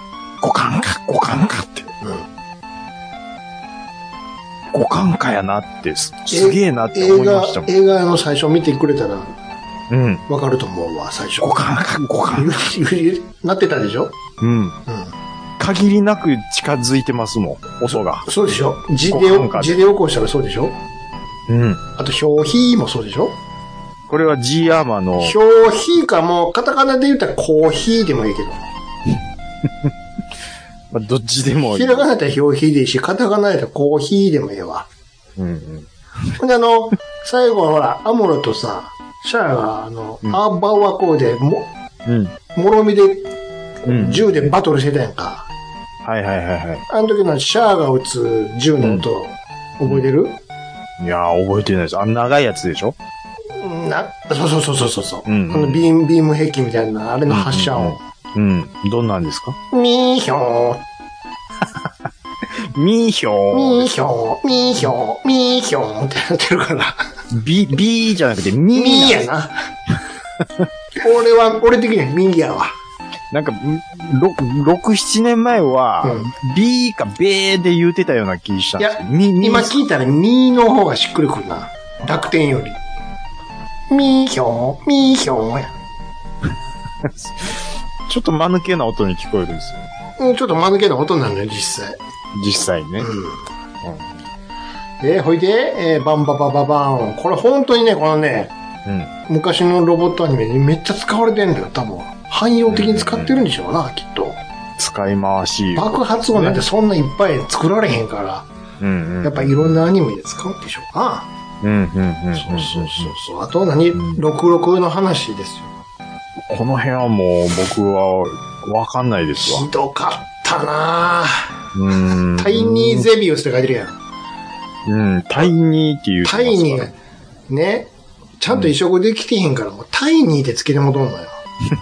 S4: 五感か、五感かって。五感かやなって、すすげえなって思い
S5: 映
S4: ま
S5: 画
S4: したも、ん。
S5: 映画の最初見てくれたら
S4: うん。
S5: わかると思うわ、最初。
S4: 五感か、五感。
S5: ゆゆゆなってたでしょ
S4: うん。
S5: う
S4: 限りなく近づいてますもん、音が。
S5: ん。そうでしょジデオ
S4: 五感、か
S5: ジデオ校舎がそうでしょ
S4: うん。
S5: あと、表皮もそうでしょ
S4: これは G アーマーの、
S5: 表皮かもう、カタカナで言ったらコーヒーでもいいけど。
S4: まあ、どっちでもい
S5: ひ
S4: い。
S5: らがなやったら表皮でいいし、カタカナやったらコーヒーでもいいわ。
S4: うんうん。
S5: ほんであの、最後はほら、アムロとさ、シャアが、あの、
S4: うん
S5: アーバーワコーで、も、
S4: うん。
S5: もろみで
S4: うん。
S5: 銃でバトルしてたやんか。
S4: はいはいはいは
S5: あの時のシャアが撃つ銃の音、覚えてる、
S4: い。いやー、覚えてないです。あ、長いやつでしょ
S5: な、そうそうそうそうそう。
S4: うんうん
S5: あのビーム、ビーム兵器みたいな、あれの発射音。
S4: うん。どんなんですか
S5: ミーヒョー、
S4: ミーヒョ
S5: ミーヒョー、ミーヒョー、ミーヒョーってなってるから。
S4: ー。ビ、ビーじゃなくてミー
S5: ミ
S4: なんです
S5: ーやな。俺は、俺的にはミーやわ。
S4: なんか、んろ6、7年前は、B かベーで言うてたような気したんですけど、み、み
S5: 今聞いたらミーの方がしっくりくるな。濁点より。ミーヒョー、ミーヒョーや。
S4: ちょっと間抜けな音に聞こえるんですよ。
S5: うんちょっと間抜けな音なのよ、実際。
S4: 実際ね。
S5: えーほいで、えーバンババババーン。これ本当にね、このね、
S4: うん。
S5: 昔のロボットアニメにめっちゃ使われてんだよ、多分。汎用的に使ってるんでしょうな、きっと。
S4: 使い回し。
S5: 爆発音なんてそんないっぱい作られへんから、
S4: うんうん。
S5: やっぱいろんなアニメで使うんでしょうな。
S4: うんうんうんうん。
S5: そうそうそうそう。あと何 ?66 の話ですよ。
S4: この辺はもう僕はわかんないですわ
S5: ひ。どかったなぁ。
S4: うーん。
S5: タイニーゼビウスって書いてるやん。
S4: うん、タイニーっていう。
S5: タイニー。、ね。ちゃんと移植できてへんから、もうタイニーって付けてもどんの よ。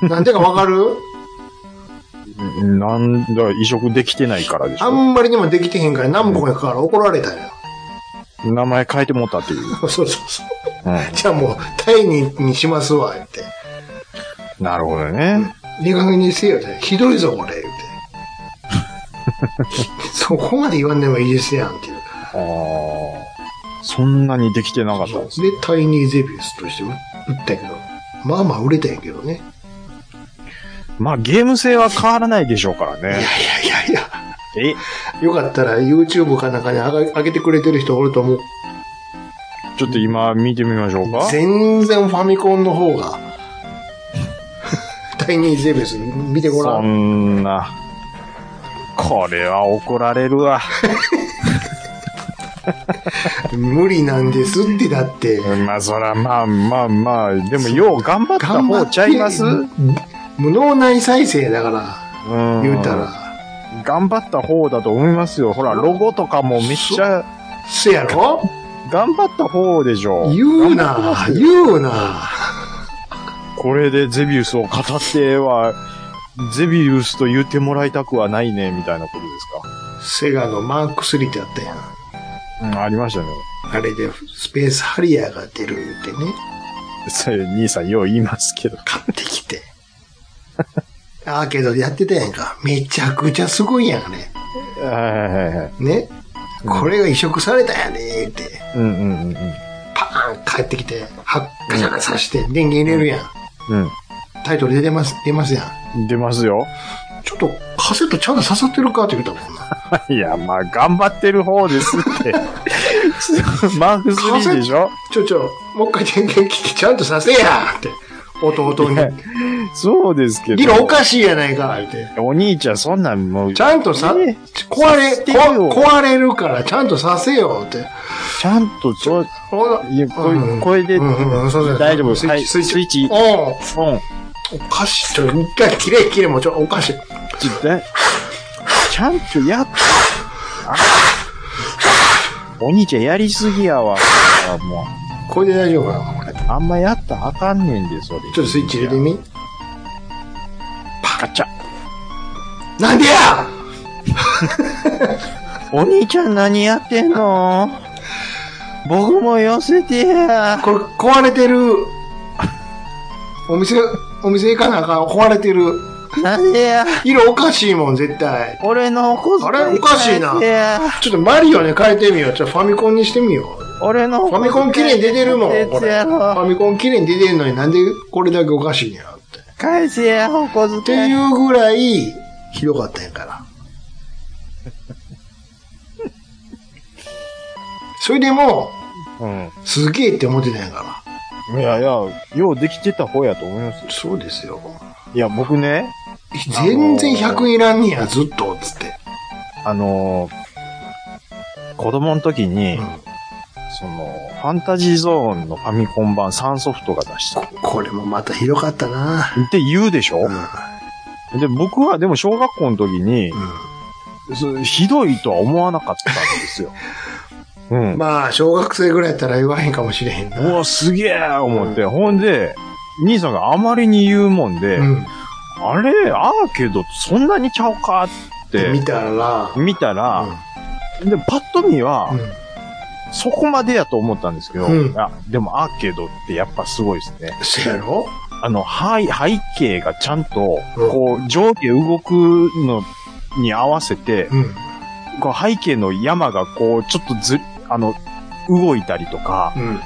S5: なんでかわかる
S4: うんなんだ、移植できてないからでし
S5: あ
S4: ょ。
S5: んまりにもできてへんから、ナムコやから怒られたんよ。
S4: 名前変えてもったっていう。
S5: そうそうそう。
S4: う
S5: じゃあもう、タイににしますわ、言って。
S4: ん。なるほどね。
S5: いい加減にせよ、ってひどいぞ、これ、言って。 そこまで言わんでもいいですやん、っていう。
S4: ああ。そんなにできてなかったんです
S5: で、タイニーゼビウスとして売ったけど、まあまあ売れたんやけどね。
S4: まあゲーム性は変わらないでしょうから
S5: いやい
S4: ね。
S5: やいやいや。
S4: え、
S5: よかったら YouTube かなんかに上が上げてくれてる人おると思う。
S4: ちょっと今見てみましょうか。
S5: 全然ファミコンの 方が、タイニーゼビウス見てごら
S4: そ
S5: ん。
S4: んな。これは怒られるわ。
S5: 無理なんですってだって。
S4: まあそら、まあまあまあ、でもよう頑張った
S5: 頑張
S4: 方
S5: って
S4: ちゃいます
S5: 無能内再生だから、
S4: うん
S5: 言うた。ら。
S4: 頑張った方だと思いますよ。ほら、ロゴとかもめっちゃ、
S5: せやろ
S4: 頑張った方でしょ。
S5: 言うな言うな
S4: これでゼビウスを語っては、ゼビウスと言ってもらいたくはないね、みたいなことです
S5: セガのマーク3ってあったやん。
S4: か。うん、ありましたね。
S5: あれでスペースハリアーが出る言うてね。
S4: それ兄さんよう言いますけど。
S5: 買ってきて。 アーケードでやってたやんか。めちゃくちゃすごいやんかね。
S4: はいはいはいはい。
S5: ね。これが移植されたやねって。
S4: うんうんうんうん。
S5: パーン帰ってきて、はガチャガチャして電源入れるやん。
S4: うん。
S5: タイトル出てます、出ますやん。
S4: 出ますよ。
S5: ちょっとカセットちゃんと刺さってるかって言うたもんな。
S4: いや、まあ、頑張ってる方ですって。 マーク3でしょ
S5: ちょちょ、もう一回電源切ってちゃんとさせやって。弟に。
S4: そうですけど。
S5: 議論おかしいやないかって。
S4: お兄ちゃん、そんなんもう、
S5: ちゃんとさ、
S4: ね
S5: 壊れ、
S4: させてよ
S5: こ壊れるからちゃんとさせよって。
S4: ちゃんと、そう、
S5: ほら
S4: いや、これ、
S5: うん
S4: これで、
S5: うんうんうんそうそう
S4: 大丈夫。
S5: スイッチ
S4: はい、ス
S5: ス
S4: イ
S5: イ
S4: ッチ、
S5: ッチ
S4: スイッチ、
S5: おう
S4: オン。
S5: おかしい。ちょ、一回切れ切れもうちょ、おかしい。
S4: ちょだちゃんとやっ、あお兄ちゃんやりすぎやわ。も
S5: これで大丈夫かなこれ。ち
S4: う、あんまやったらあかんねんで、それ。
S5: ょっとスイッチ入れてみ。
S4: ガチャ。
S5: なんでや
S4: お兄ちゃん何やってんの僕も寄せてや。
S5: これ壊れてる。お店、お店行かなあかん。壊れてる。
S4: なんでや。
S5: 色おかしいもん、絶対。
S4: 俺のお小遣い
S5: あれおかしいな
S4: 返せや
S5: ちょっとマリオね、変えてみよう。ちょっとファミコンにしてみよう。
S4: 俺のお
S5: ファ
S4: 小遣
S5: ミ
S4: い
S5: コン綺麗に出てるもん、
S4: 返
S5: こ
S4: せ
S5: れ。
S4: や
S5: ファ
S4: ろ
S5: ミコン綺麗に出てるのになんでこれだけおかしいんやろって。っ
S4: 返せや、お小
S5: て
S4: 遣い。
S5: いうぐらい、ひどかったんや から。それでも、
S4: う
S5: すげえって思ってたんやか
S4: ん。いやいや、ようできてた方やと思いますよ
S5: ら。そうですよ。
S4: いや、僕ね、
S5: 全然100いらんねや、ずっと、つって。
S4: あのー子供の時に、
S5: うん
S4: その、ファンタジーゾーンのファミコン版3ソフトが出した。っ
S5: ここれもまたひどかったな。
S4: て言うでしょ
S5: う、ん。
S4: で、僕はでも小学校の時に、
S5: う
S4: そうひどいとは思わなかったんです よ。うん
S5: ん。。まあ、小学生ぐらいやったら言わへんかもしれへん
S4: う
S5: な。
S4: わ、すげえ思って、ほんで、兄さんがあまりに言うもんで、
S5: うん。
S4: あれ、アーケードそんなにちゃうかって
S5: 見たら、
S4: 見たら、で、パッと見は、
S5: うん。
S4: そこまでやと思ったんですけど、
S5: うん
S4: あでもアーケードってやっぱすごいですね。
S5: せやろ
S4: あの、はい背景がちゃんと、
S5: うん
S4: こう、上下動くのに合わせて、
S5: うん。
S4: こう背景の山がこう、ちょっとず、あの、動いたりとか、
S5: うん。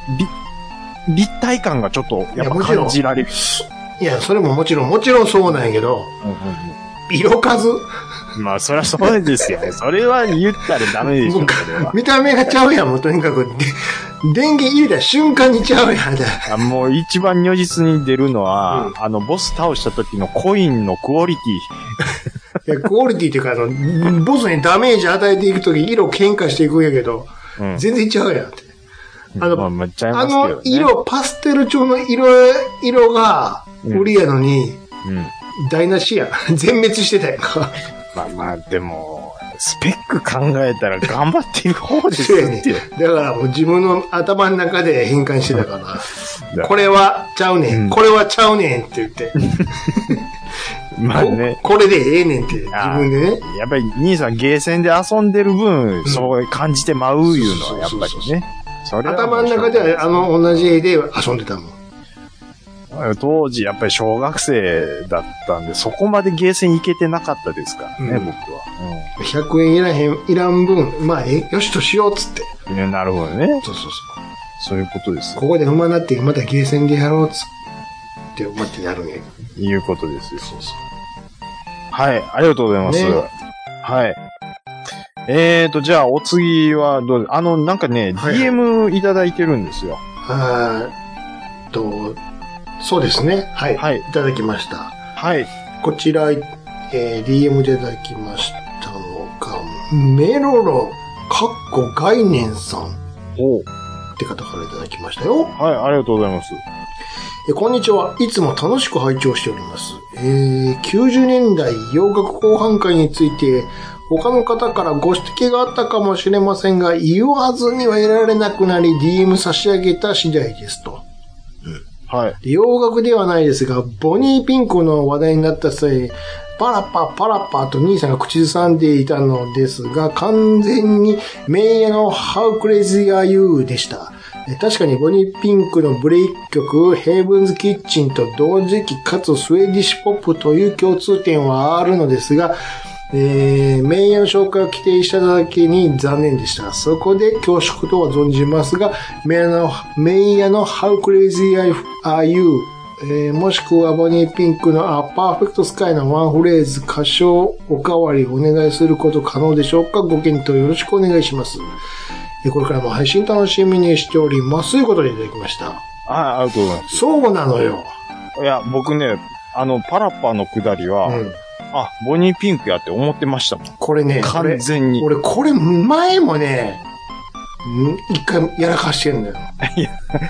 S4: 立体感がちょっと、
S5: い
S4: やっ
S5: や
S4: ぱ
S5: もちろん
S4: 感じられる。
S5: いや、それももちろん、もちろんそうなんやけど、
S4: うんうん
S5: 色数、
S4: うんまあ、そりゃそうです よね。それは言ったらダメでしょ、それは。
S5: 見た目がちゃうやん、もうとにかく。で電源入れた瞬間にちゃうやん、だ
S4: あもう一番如実に出るのは、
S5: う
S4: あの、ボス倒した時のコインのクオリテ
S5: いやクオリティっていうか、あの、ボスにダメージ与えていくとき、色変化していくんやけど、
S4: ィ。うん。
S5: 全然ちゃうやんって。あの
S4: まあ、まあ、ちゃいま
S5: あ
S4: すけど、ね。
S5: の、色、パステル調の色、色が、売りやのに、
S4: うん。
S5: 台無しや ん。全滅してたやんか。
S4: まあまあ、でも、スペック考えたら頑張ってる方です
S5: そう
S4: よ
S5: やね
S4: って。
S5: ん。だからもう自分の頭の中で変換してたか
S4: だ
S5: ら、これはちゃうねん、
S4: うん
S5: これはちゃうねんって言 って、
S4: まあね。
S5: ここれでええねんって、自分でね。
S4: やっぱり兄さんゲーセンで遊んでる分、そう感じてまういうのはやっぱりね。それはも
S5: 頭
S4: う
S5: の中ではあの同じ絵で遊んでたもん。
S4: 当時やっぱり小学生だったんで、そこまでゲーセン行けてなかったですからね、
S5: うん
S4: 僕は。
S5: 100円いらへん、いらん分、まあええ、よしとしようっつって。
S4: うんいや。なるほどね。
S5: そうそうそう。
S4: そういうことですよ。
S5: ここで馬になって、またゲーセンでやろうっつって思ってやるんやけど。
S4: いうことですよ。
S5: そうそ
S4: はい、ありがとうございます。
S5: ね
S4: はい。えーと、じゃあ、お次はどうあの、なんかね、
S5: はいはい
S4: DM いただいてるんですよ。
S5: う。あーっと、そうですね。はい。
S4: はい
S5: いただきました。
S4: はい。
S5: こちら、えー DM でいただきましたのが、メロロ、かっこ概念さんっ
S4: お
S5: て方からいただきましたよ。
S4: はい、ありがとうございます。
S5: えーこんにちは。いつも楽しく拝聴しております。ええー90年代洋楽後半会について、他の方からご指摘があったかもしれませんが、言わずにはいられなくなり、DM 差し上げた次第ですと。
S4: はい。
S5: 洋楽ではないですが、ボニーピンクの話題になった際、パラッパパラッパと兄さんが口ずさんでいたのですが、完全に名屋の How Crazy Are You でした。え確かにボニーピンクのブレイク曲、ヘイブンズ・キッチンと同時期かつスウェーディッシュポップという共通点はあるのですが、えー、名誉の紹介を規定しただけに残念でした。そこで恐縮とは存じますが、名誉の、名誉の How Crazy Are You? えーもしくはボニーピンクの A Perfect Sky のワンフレーズ歌唱おかわりお願いすること可能でしょうかご検討よろしくお願いします。えーこれからも配信楽しみにしております。ということでいただきました。
S4: あ、ありがとうございま
S5: そうなのよ。
S4: す。いや、僕ね、あの、パラッパのくだりは、
S5: うん。
S4: あ、ボニーピンクやって思ってましたもん。
S5: これね、これ
S4: 完全に。
S5: 俺これ前もね、ん一回やらかしてるんだよ。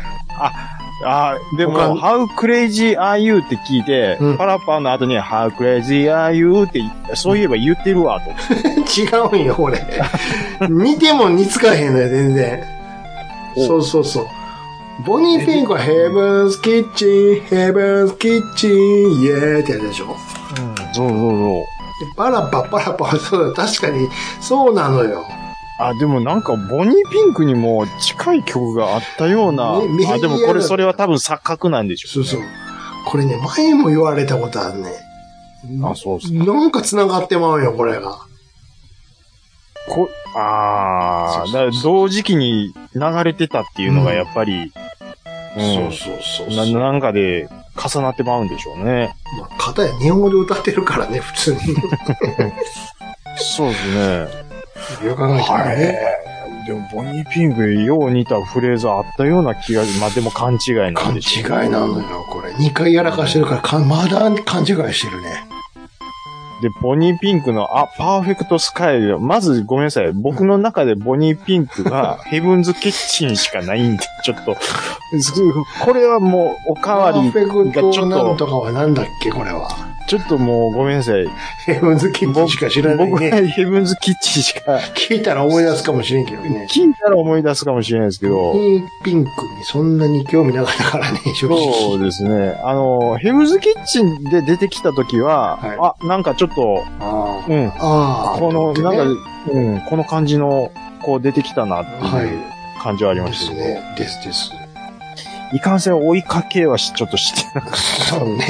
S4: あーで
S5: 他
S4: も、How crazy are you って聞いて、
S5: うん
S4: パラッパの後に How crazy are you って、そういえば言ってるわ、と。
S5: 違うんよ、 俺。見ても似つかへんのよ、全然。
S4: お
S5: そうそうそう。ボニーピンクは Heaven's Kitchen, Heaven's Kitchen, yeah ってやつでしょ。
S4: そうそうそう。
S5: でパラパパラパはそうだ、確かに、そうなのよ。
S4: あ、でもなんか、ボニーピンクにも近い曲があったような。
S5: みみんな
S4: あ、でもこれ、それは多分錯覚なんでしょ
S5: そうそう。これね、前も言われたことあるね。
S4: あ、そうっす。
S5: なんか繋がってまうよ、これが。
S4: こあ
S5: そう
S4: あ、
S5: そ
S4: だから同時期に流れてたっていうのがやっぱり、うん、
S5: そうそう
S4: ななんかで重なってまうんでしょうね。
S5: まあ、片や日本語で歌ってるからね、普 通に。
S4: そうですね。
S5: よく考えたらね。
S4: い。でも、ボニーピンク、よう似たフレーズあったような気が、まあでも勘違いなん
S5: 勘
S4: でし
S5: 違
S4: ょう。
S5: いなのよ、これ。2回やらかしてるからか、まだ勘違いしてるね。
S4: で、ボニーピンクの、あ、パーフェクトスカイで、まずごめんなさい。僕の中でボニーピンク が、ヘブンズキッチンしかないんで、ちょっと、これはもう、おかわ
S5: パー
S4: り、
S5: フェク
S4: がち
S5: ト
S4: ょっと
S5: なんとかはなんだっけ、これは。
S4: ちょっともうごめんなさい。
S5: ヘブンズ・キッチンしか知らない
S4: 僕
S5: ね。
S4: はヘブンズキッチンしか、
S5: 聞いたら思い出すかもしれんけどね。
S4: 聞いたら思い出すかもしれないですけど、
S5: ピンクにそんなに興味なかったからね、
S4: そ
S5: 正直。
S4: うですね。あの、ヘブンズキッチンで出てきた時は、
S5: は
S4: あ、なんかちょっと、
S5: あ
S4: うん、
S5: あ。ああ。
S4: この、
S5: と
S4: な
S5: 思
S4: ん
S5: って
S4: か、
S5: ね
S4: うん、この感じの、こう出てきたなって。
S5: はいいう
S4: 感じはありま
S5: で
S4: し
S5: す
S4: たけど、
S5: ね。ですです。
S4: いかんせん追いかけはしちょっとしてなくて、
S5: そうね。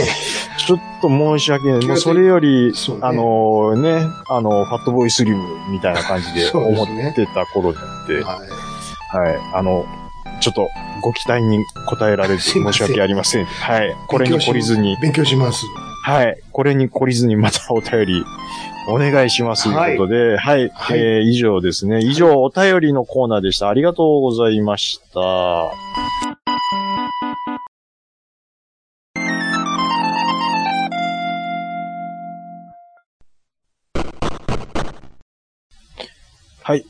S4: ちょっと申し訳ない。もう
S5: 気が
S4: そ
S5: つい
S4: れより、
S5: そうね
S4: あのね、あの、ファットボーイスリムみたいな感じで
S5: そうです
S4: 思
S5: ね
S4: ってた頃なんで、
S5: はい。
S4: はい。あの、ちょっとご期待に応えられて
S5: すいま
S4: 申
S5: せん
S4: し訳ありません。はい。これに懲りずに、
S5: 勉強します。
S4: はい。これに懲りずにまたお便りお願いしますということで、はい。
S5: はい
S4: えー以上ですね。以上、お便りのコーナーでした。ありがとうございました。はい。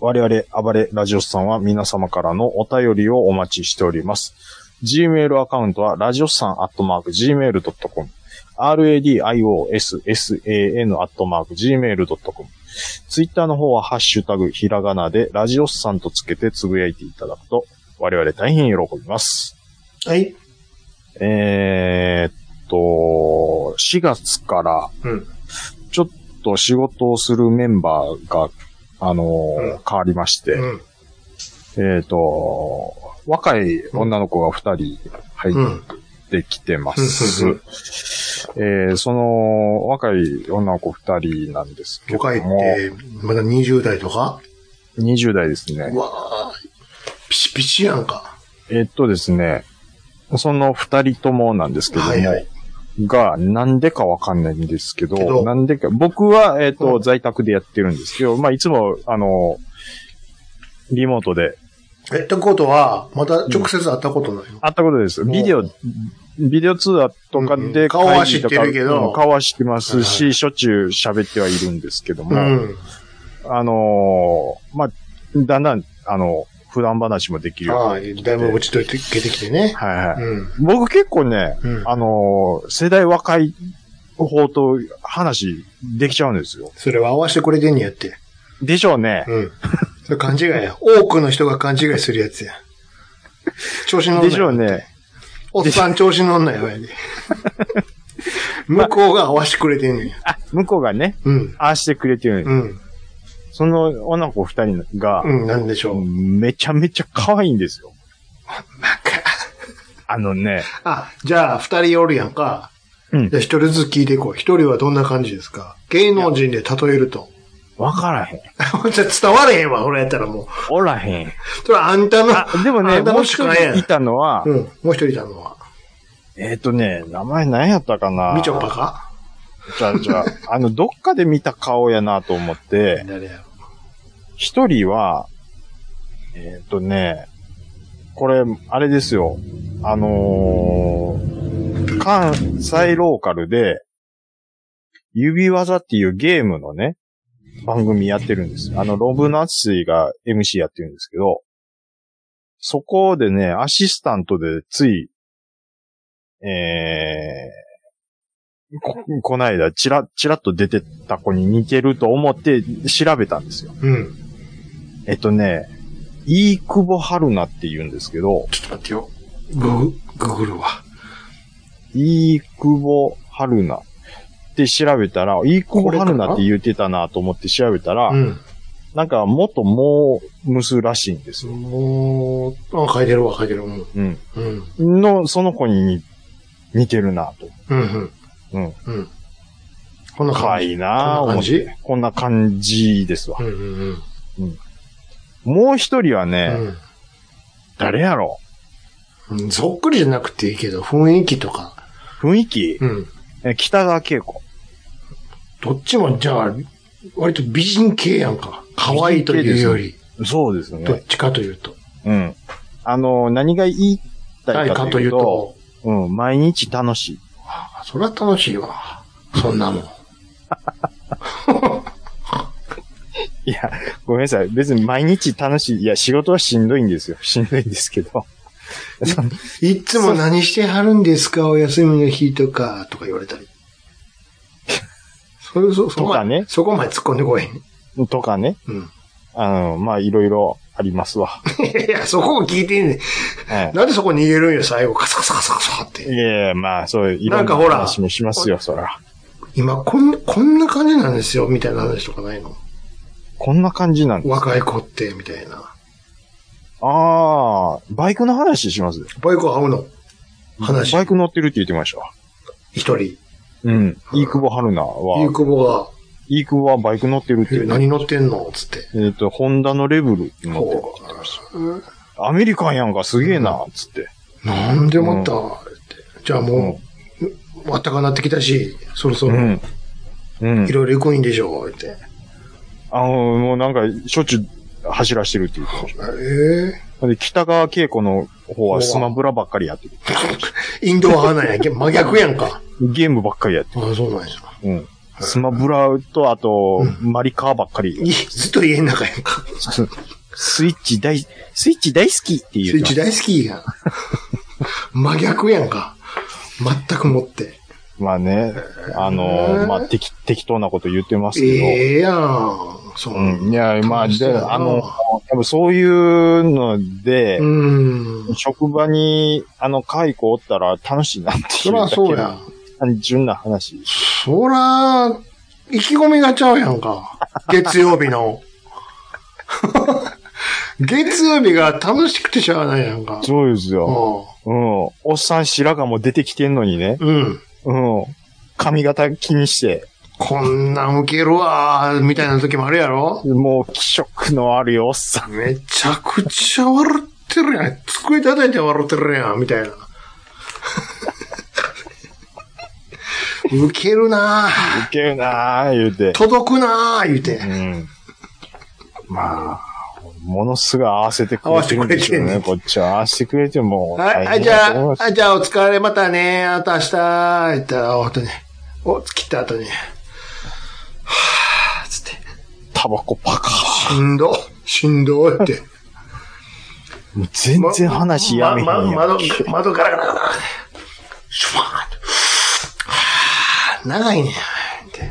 S4: 我々、暴れラジオスさんは皆様からのお便りをお待ちしております。Gmail アカウントは、ラジオスさんアットマーク Gmail.com、radiossan アットマーク Gmail.com、Twitter の方は、ハッシュタグ、ひらがなで、ラジオスさんとつけてつぶやいていただくと、我々大変喜びます。
S5: はい。
S4: えーっと、4月から、
S5: うん
S4: ちょっと仕事をするメンバーが、あのー
S5: うん
S4: 変わりまして、
S5: うん。
S4: えーっと、若い女の子が2人
S5: う
S4: 入
S5: ん。
S4: ってきてます。
S5: うんう
S4: えーその、若い女の子2人なんですけ
S5: 誤
S4: ども、
S5: 解って、まだ20代とか
S4: 20代ですね
S5: う。わーピチピチやんか。
S4: えーっとですね、その2人ともなんですけども、
S5: はいはい。
S4: が、なんでかわかんないんですけ
S5: け
S4: ど、
S5: ど
S4: なんでか、僕は、えっ、と、
S5: うん
S4: 在宅でやってるんですけど、まあ、いつも、あの、リモートで、
S5: え、ってことは、また直接会ったことないの、
S4: あったことです。ビデオ、ビデオ通話とか
S5: うんうん
S4: で会議とか、
S5: 顔は知ってるけど
S4: うん顔は知ってます
S5: は
S4: し、しょっちゅう喋ってはいるんですけども、
S5: うん。
S4: あのーまあ、だんだん、あの、普段話もできるよ。
S5: ああ、だいぶ落ちといて、出てきてね。
S4: はいはい。
S5: うん。
S4: 僕結構ね、
S5: うん。
S4: あのー世代若い方と話できちゃうんですよ。
S5: それは合わせてくれてんねやって。
S4: でしょうね。
S5: うん。それ勘違いや。多くの人が勘違いするやつや。調子乗んな
S4: で
S5: よ
S4: しょう。ね。
S5: おっさん調子乗んなよ、やで。向こうが合わせてくれてんねんや。
S4: 向こうがね、
S5: うん。
S4: ああしてくれてる、
S5: うん。
S4: その女の子二人が、
S5: うん、なんでしょう。
S4: めちゃめちゃ可愛いんですよ。
S5: なんか、
S4: あのね、
S5: あ、じゃあ、二人おるやんか。
S4: うん
S5: じゃあ、一人ずつ聞いていこう。一人はどんな感じですか芸能人で例えると。
S4: わからへん。
S5: じゃあ伝われへんわ、俺やったらもう。
S4: おらへん。
S5: それはあんたの、
S4: あ、でも
S5: あ
S4: ね、
S5: んた
S4: もう
S5: の主
S4: 一
S5: 観や
S4: 人いたのは、
S5: うん、もう一人いたのは。
S4: えっ、とね、名前何やったかな
S5: みちょぱか
S4: じゃあじゃあ、あの、どっかで見た顔やなと思って、
S5: 誰や
S4: 一人は、えっ、とね、これ、あれですよ。あのー関西ローカルで、指技っていうゲームのね、番組やってるんです。あの、ロブナッツイが MC やってるんですけど、そこでね、アシスタントでつい、えー、こ、こないだ、ちら、ちらっと出てた子に似てると思って調べたんですよ。
S5: うん。
S4: えっとね、いい久保春菜って言うんですけど、
S5: ちょっと待ってよ。ググ、ググるわ。
S4: いい久保春菜って調べたら、いい久保春菜って言ってたなと思って調べたら、
S5: うん。
S4: なんか元モームスらしいんですよ。
S5: もう、あ、書いてるわ、書いてる。うん。
S4: うん。
S5: うん。
S4: の、その子に似てるなと。
S5: うん。
S4: うん。
S5: うん。こんな
S4: 可
S5: 感じ。
S4: 愛いな
S5: こん
S4: 思
S5: な感
S4: って
S5: じ
S4: こんな感じですわ
S5: う。んうんうん。
S4: もう一人はね、
S5: うん
S4: 誰やろ
S5: うん。そっくりじゃなくていいけど、雰囲気とか。
S4: 雰囲気、
S5: うん。
S4: え北川景子。
S5: どっちも、じゃあ、割と美人系やんか。可愛いというより、
S4: そうです
S5: どっ
S4: ね。
S5: ちかというと。
S4: うん。あの、何が言いたい
S5: 誰
S4: か
S5: か
S4: と
S5: と
S4: い
S5: いうう
S4: と、
S5: と、
S4: うん、毎日楽しい。
S5: あそりゃ楽しいわ。そんなもん。
S4: いや、ごめんなさい。別に毎日楽しい。いや、仕事はしんどいんですよ。 しんどいんですけど。
S5: いつも何してはるんですかお休みの日とか、とか言われたり。 そういう、そ、そこま
S4: とかね
S5: で、そこまで突っ込んでこいへん。
S4: とかね。
S5: うん。
S4: あの、まあ、いろいろありますわ。
S5: いや、そこを聞いてんねん
S4: え
S5: なんでそこ逃げるんよ、最後。カサカサカサカサっ
S4: え
S5: て。
S4: いやいや、まあ、そういう、いろ
S5: なんん
S4: な
S5: かほら
S4: 話もしますよ、そら。
S5: 今、こん、こんな感じなんですよ、みたいな話とかないの。
S4: こんな感じなんです。
S5: 若い子って、みたいな。
S4: ああ、バイクの話します。
S5: バイクを会うの。話
S4: バイク乗ってるって言ってました。
S5: 一人。ゆ
S4: うん。いい久保春菜
S5: う
S4: は、
S5: くぼが、
S4: いい久保はバイク乗ってるって
S5: え
S4: 言う。
S5: 何乗ってんのつって。
S4: えっと、ホンダのレブルって乗ってる。
S5: こううん
S4: アメリカンやんか、すげえな、つって。
S5: なんでまた、って。じゃあもう、あったかなってきたし、そろそうろ、
S4: ん。うん
S5: い。ろいろ行くんでしょう、って。
S4: あの、もうなんか、しょっちゅう走らしてるっていうか。
S5: え
S4: で、北川景子の方はスマブラばっかりやってる。
S5: え インドア派なんや。げ真逆やんか。
S4: ゲームばっかりやって
S5: あそうなんや。
S4: る。うん。スマブラと、あと、マリカーばっかり。
S5: いずっと家の中やんか。
S4: スイッチ大、スイッチ大好きって
S5: ス
S4: い
S5: イ
S4: う
S5: ッチ。大好 きやん。真逆やんか。全くもって。
S4: まあね、あの、まあ、適、適当なこと言ってますけ
S5: ええやん。そう。
S4: ど。うん。いや、まあ、で、あの、
S5: う
S4: 多分そういうので、
S5: ん。
S4: 職場に、あの、蚕おったら楽しいなってい
S5: そうら
S4: だけ
S5: そうや
S4: の
S5: ん。
S4: 単純な話。
S5: そら、意気込みがちゃうや んか。月曜日の。 月曜日が楽しくてしゃあないやんか。
S4: そうですよ。うん。おっさん白髪も出てきてんのにね。
S5: うん。うん。
S4: うん。髪型気にして、
S5: こんなんウケるわー、みたいな時もあるやろ
S4: もう気色のあるおっさん。
S5: めちゃくちゃ笑ってるやん。机叩いて笑ってるやん、み たいな。ウケるなぁ。
S4: ウケるなぁ、言うて。
S5: 届くなぁ、言うて
S4: う。ん。まあ、ものすごい合わせてく
S5: 合
S4: れ
S5: わ
S4: て
S5: せて
S4: るん
S5: く
S4: で
S5: れ
S4: してょうん
S5: ね
S4: ね。こっちは合わせてくれても。
S5: はい、はい、じゃあ、はい、じゃあお疲れ、またね、あと明日、言ったら、本当に、お、切った後に、はぁ、つって、
S4: タバコパカ。
S5: しんど、しんどいって。
S4: もう全然話やめへんや
S5: ま、
S4: ん。
S5: ま、窓、窓ガラガラガラガラって。シュワーって。はぁ、長いね。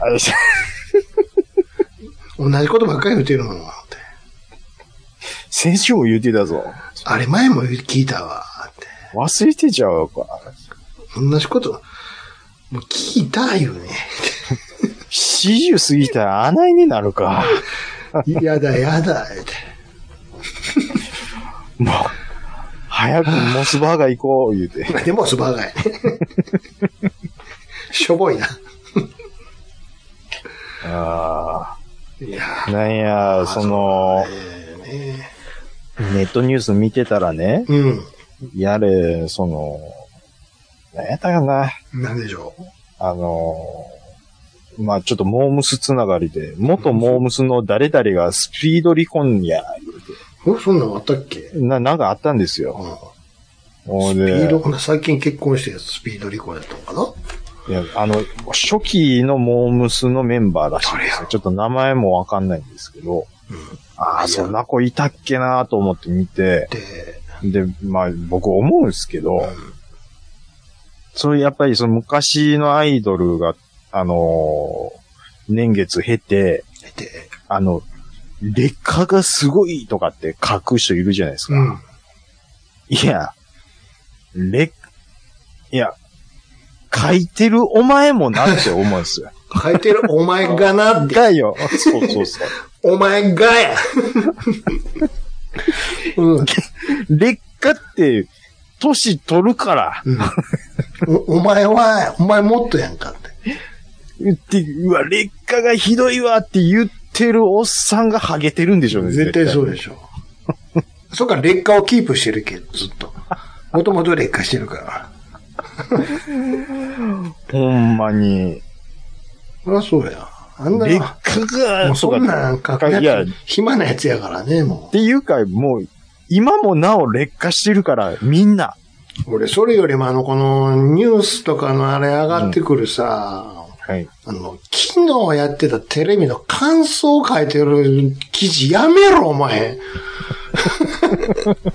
S4: あよっしゃ
S5: 同じことばっかり言ってるもん。って
S4: 先週も言うてたぞ。
S5: あれ前も聞いたわ。って
S4: 忘れてちゃうか。
S5: 同じこと、もう聞いた よね。
S4: 40過ぎたら穴になるか。
S5: やだやだ。って
S4: もう、早くモスバーガー行こう、言うて。
S5: でも素晴らしい ね。しょぼいな。
S4: あ
S5: いや
S4: あ、なんや、その、
S5: ーね
S4: ネットニュース見てたらね、
S5: う
S4: やれ、その、なんやったかな。
S5: ん。なんでしょう。
S4: あのーまあちょっとモームスつながりで、元モームスの誰々がスピード離婚や、
S5: えそんなんあったっけ
S4: な、なんかあったんです
S5: う
S4: よ。
S5: ん。
S4: ほん
S5: スピー
S4: で
S5: ド、ほな最近結婚してるやつスピード離婚やったのかない
S4: や、あの、初期のモームスのメンバーらしいん
S5: 誰
S4: で
S5: や
S4: す
S5: ろ
S4: よ。ちょっと名前もわかんないんですけど、
S5: うん。
S4: あ
S5: あ
S4: あ、
S5: いや
S4: そんな子いたっけなと思って見て、
S5: で、
S4: で、まあ僕思うんですけど、
S5: うん
S4: そういうやっぱりその昔のアイドルが、あのー年月経て、
S5: で、
S4: あの、劣化がすごいとかって書く人いるじゃないですか。
S5: うん。
S4: いや、劣、いや、書いてるお前もなって思うんですよ。
S5: 書いてるお前が な って、
S4: だよ。そうそうそう。
S5: お前がや。 うん。うん
S4: 劣化って、年取るから、
S5: おお前は、お前もっとやんかって。
S4: 言って、うわ、劣化がひどいわって言ってるおっさんがハゲてるんでしょうね。
S5: 絶対そうでしょ。 そっか、劣化をキープしてるけど、ずっと。もともと劣化してるから。
S4: ほんまに。
S5: そりゃそうや。あんな
S4: 劣
S5: の、
S4: 化が、
S5: もうそんなん書く
S4: いや、
S5: や
S4: っ
S5: つ、暇なやつやからね、も
S4: ていうか、もう、今もなお劣化してるから、みんな。
S5: う。俺、それよりもあの、この、ニュースとかのあれ上がってくるさ、
S4: はい。
S5: あの、昨日やってたテレビの感想を書いてる記事やめろ、お前。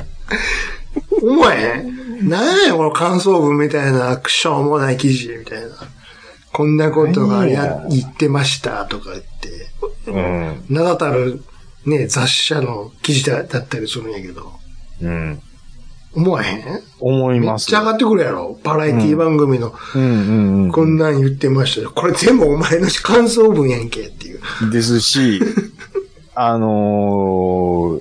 S5: お前、なんやこの感想文みたいな、しょうもない記事みたいな。こんなことがや言ってましたとか言って、
S4: うん。
S5: 名だたるね、雑誌の記事だだったりするんやけど、
S4: うん。
S5: 思わへん
S4: 思い
S5: め
S4: ま
S5: っ
S4: す。
S5: ちゃ上がってくるやろバラエティ番組の、
S4: うんうんうん。
S5: こんなん言ってましたよこれ全部お前の感想文やんけっていう。
S4: ですし、 あのー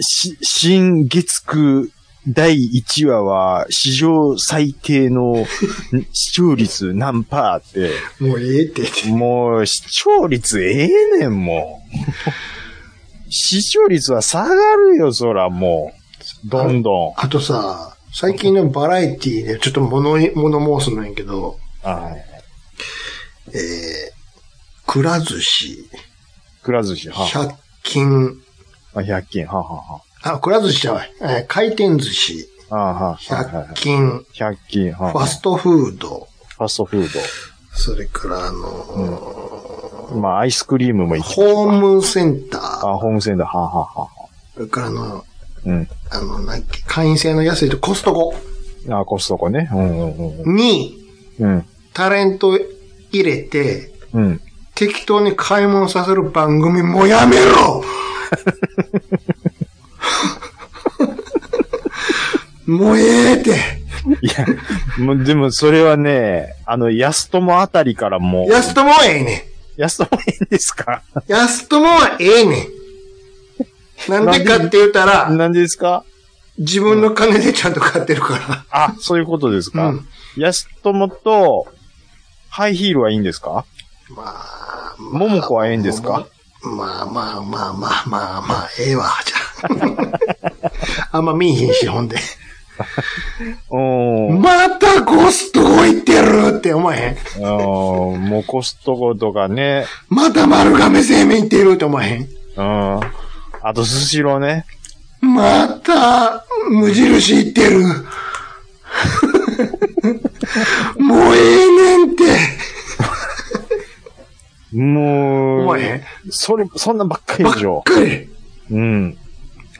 S4: し、新月9第1話は史上最低の 視聴率何パーって、
S5: もうええって言って。
S4: もう視聴率ええねんもう。視聴率は下がるよ、そらもう。どんど
S5: あとさ、最近のバラエティでちょっと物に、物申すのやけど、
S4: ん。はい。
S5: えー、くら寿司、
S4: くら寿司、は
S5: 百均、
S4: あ、100均、はあ、は
S5: あ、くら寿司じゃない、えー回転寿司、
S4: あ、はあ、ああ、はあ、はいは
S5: 百均、
S4: い。100均、はあ、
S5: フ
S4: はあ
S5: ァストフード、
S4: ファストフー
S5: それからあの
S4: ド。まあ、アイスクリームもい
S5: ー、
S4: っ
S5: ホームセンター、
S4: あ、ホームセンター、はあ、はあ、はあ。
S5: それからあの、
S4: うん。
S5: あの、なんだっけ会員制の安いとコストコ
S4: あ、コストコね。うんうんうん
S5: に
S4: うん。
S5: タレント入れて、
S4: うん。
S5: 適当に買い物させる番組もうやめろもうええって
S4: いや、もうでもそれはね、あの、安友あたりからもう、
S5: 安友はええね
S4: 安友いいんですか
S5: ん。安友はええねん。なんでかって言ったら、
S4: なんでですか
S5: 自分の金でちゃんと買ってるか
S4: あ、そういうことです
S5: ら。
S4: か、
S5: うん。
S4: 安友と、ハイヒールはいいんですか
S5: まあ、
S4: ももこはええんですか
S5: まあまあまあまあまあまあ、ええわ、じゃあ。あんま見えへんし、ほんで。
S4: うーん。
S5: またコストコ行ってるって思わへん。
S4: あーもうコストコとかね、
S5: また丸亀製麺行ってるって思わへん。
S4: うん。あと、スシローね。
S5: また、無印行ってる。 もうええねんって。
S4: も
S5: 思わ
S4: う、
S5: へん。
S4: それ、そんなんばっかり
S5: ば
S4: でし
S5: っ
S4: ょ。
S5: かり。
S4: うん。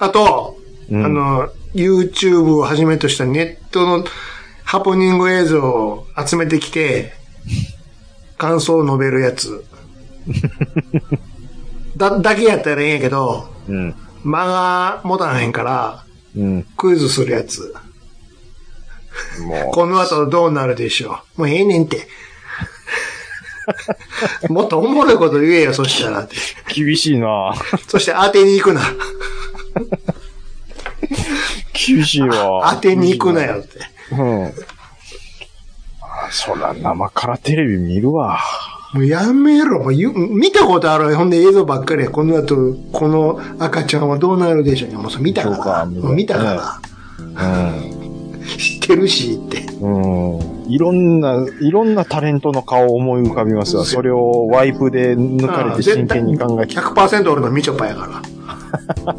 S5: あと、
S4: うん
S5: あの、YouTube をはじめとしたネットのハプニング映像を集めてきて、感想を述べるや つ。だ、だけやったらいいんやけど、
S4: うん。
S5: 間が持たへんから、
S4: うん。
S5: クイズするやつ。
S4: も
S5: この後どうなるでしょう。もうええねんって。 もっとおもろいこと言えよ、そしたら。
S4: う、厳しい な
S5: そして当てに行くな。
S4: 厳しいわ
S5: 当てに行くなよって。
S4: うん。あそら、生からテレビ見るわ。
S5: もうやめろ。もうゆ見たことある。ほんで映像ばっかりや。この後、この赤ちゃんはどうなるでしょう。もうそれ見たから。
S4: そうか見た
S5: もう見たから。
S4: う
S5: 知ってるしって。
S4: ん。うん。いろんな、いろんなタレントの顔を思い浮かびますわ。それをワイプで抜かれて真剣に考えて、
S5: 100%俺のみちょぱやから。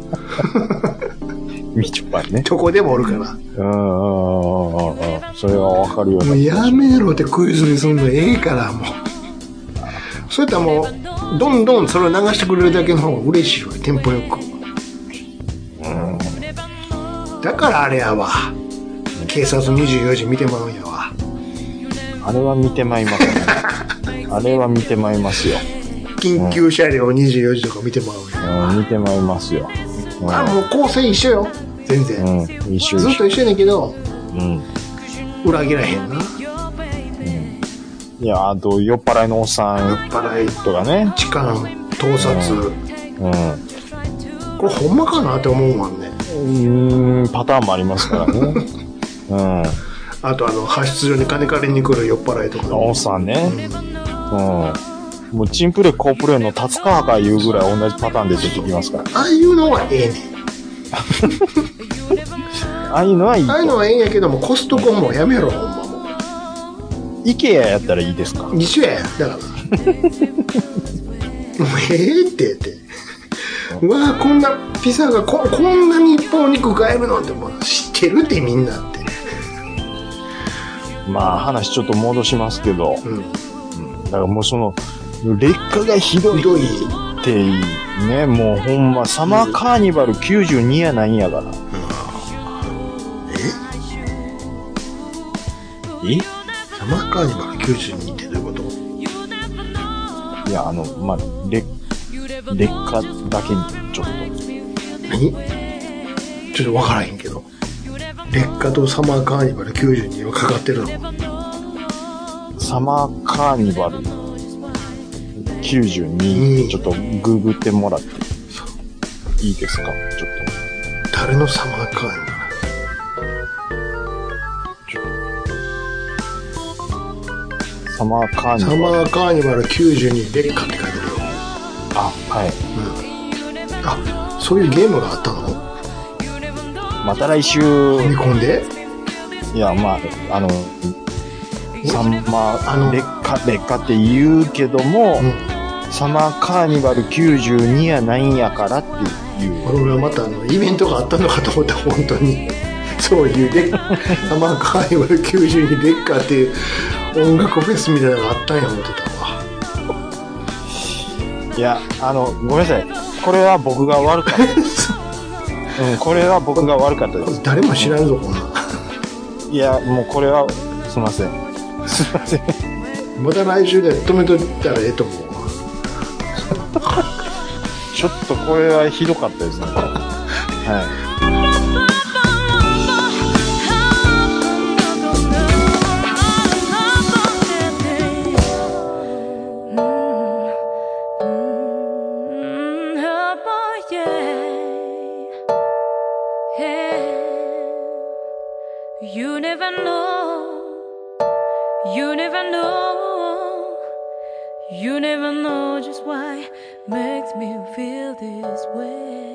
S4: みちょぱね。
S5: どこでもおるから。
S4: うんうんうんうんうん。それはわかるよう
S5: もう
S4: にな
S5: やめろってクイズにすんのええから、もう。そういったらもう、どんどんそれを流してくれるだけの方が嬉しいわ。テンポよく。だからあれやわ。警察24時見てもらうんやわ。
S4: あれは見てまいりますね。あれは見てまいりますよ。
S5: 緊急車両24時とか見てもらうんや。
S4: うん、見てまいりますよ。
S5: あ、もう構成一緒よ。全然。
S4: うん、一緒
S5: ず
S4: 一
S5: っ
S4: 緒。
S5: と一緒やねんけど、
S4: うん。
S5: 裏切らへんな。酔っ
S4: いや、あと、酔っ払いのおっさん
S5: 払い、
S4: とかね。
S5: 痴漢、盗撮。
S4: うん。
S5: これほんまかなって思うもんね。
S4: うーん、パターンもありますからね。うん。
S5: あとあの、派出所に金借りに来る酔っ払いとか。
S4: おっさんね。うん。もう、チンプレコープレの達川かいうぐらい同じパターンで出てきますから。
S5: ああいうのはええねん。
S4: ああいうのはいい
S5: ああいうの
S4: と。
S5: はええんやけども、コストコもうやめろ、ほんまも
S4: イケアやったらいいですか
S5: う。一緒やや、 だから。もうええってって。うわあこんなピザがここんなに一本お肉買えるなんてもう知ってるってみんなって。
S4: まあ、話ちょっと戻しますけど。
S5: うん。
S4: だからもうその、劣化がひどい
S5: ひどい。
S4: ってね、もうほんま、サマーカーニバル92やないんやから。え
S5: サマーカーニバル92ってどういうこと
S4: えいや、あの、まあ、劣、劣化だけにちょっと。
S5: 何ちょっと分からへんけど劣化とサマーカーニバル92はかかってるの
S4: サマーカーニバル
S5: うん
S4: 92、ちょっとググってもらっていいですかちょっ
S5: 誰のサマーカーニバ
S4: と。サマーカー
S5: ル
S4: ニ
S5: サ
S4: バル。
S5: マーカーニバル92劣化って書いてるよ
S4: あ、はい。
S5: あそういうゲームがあったの
S4: また来週、
S5: 踏み込んで
S4: いや、まあ、あの、サマ
S5: あの
S4: ー、劣化、劣化って言うけども、
S5: うん
S4: サマーカーニバル92やないんやからっていう。
S5: 俺はまたあのイベントがあったのかと思った本当に そういう劣 サマーカーニバル92劣化っていう音楽フェスみたいなのがあったんや思ってたわ
S4: いや、あの、ごめんなさい。これは僕が悪かったです。うん、これは僕が悪かったです。
S5: 誰も知らんぞこんなん
S4: いや、もうこれは、すいません。すいません。
S5: また来週で止めといたらええと思うわ
S4: ちょっとこれはひどかったですね。はい。
S8: You never know, you never know, you never know just why makes me feel this way.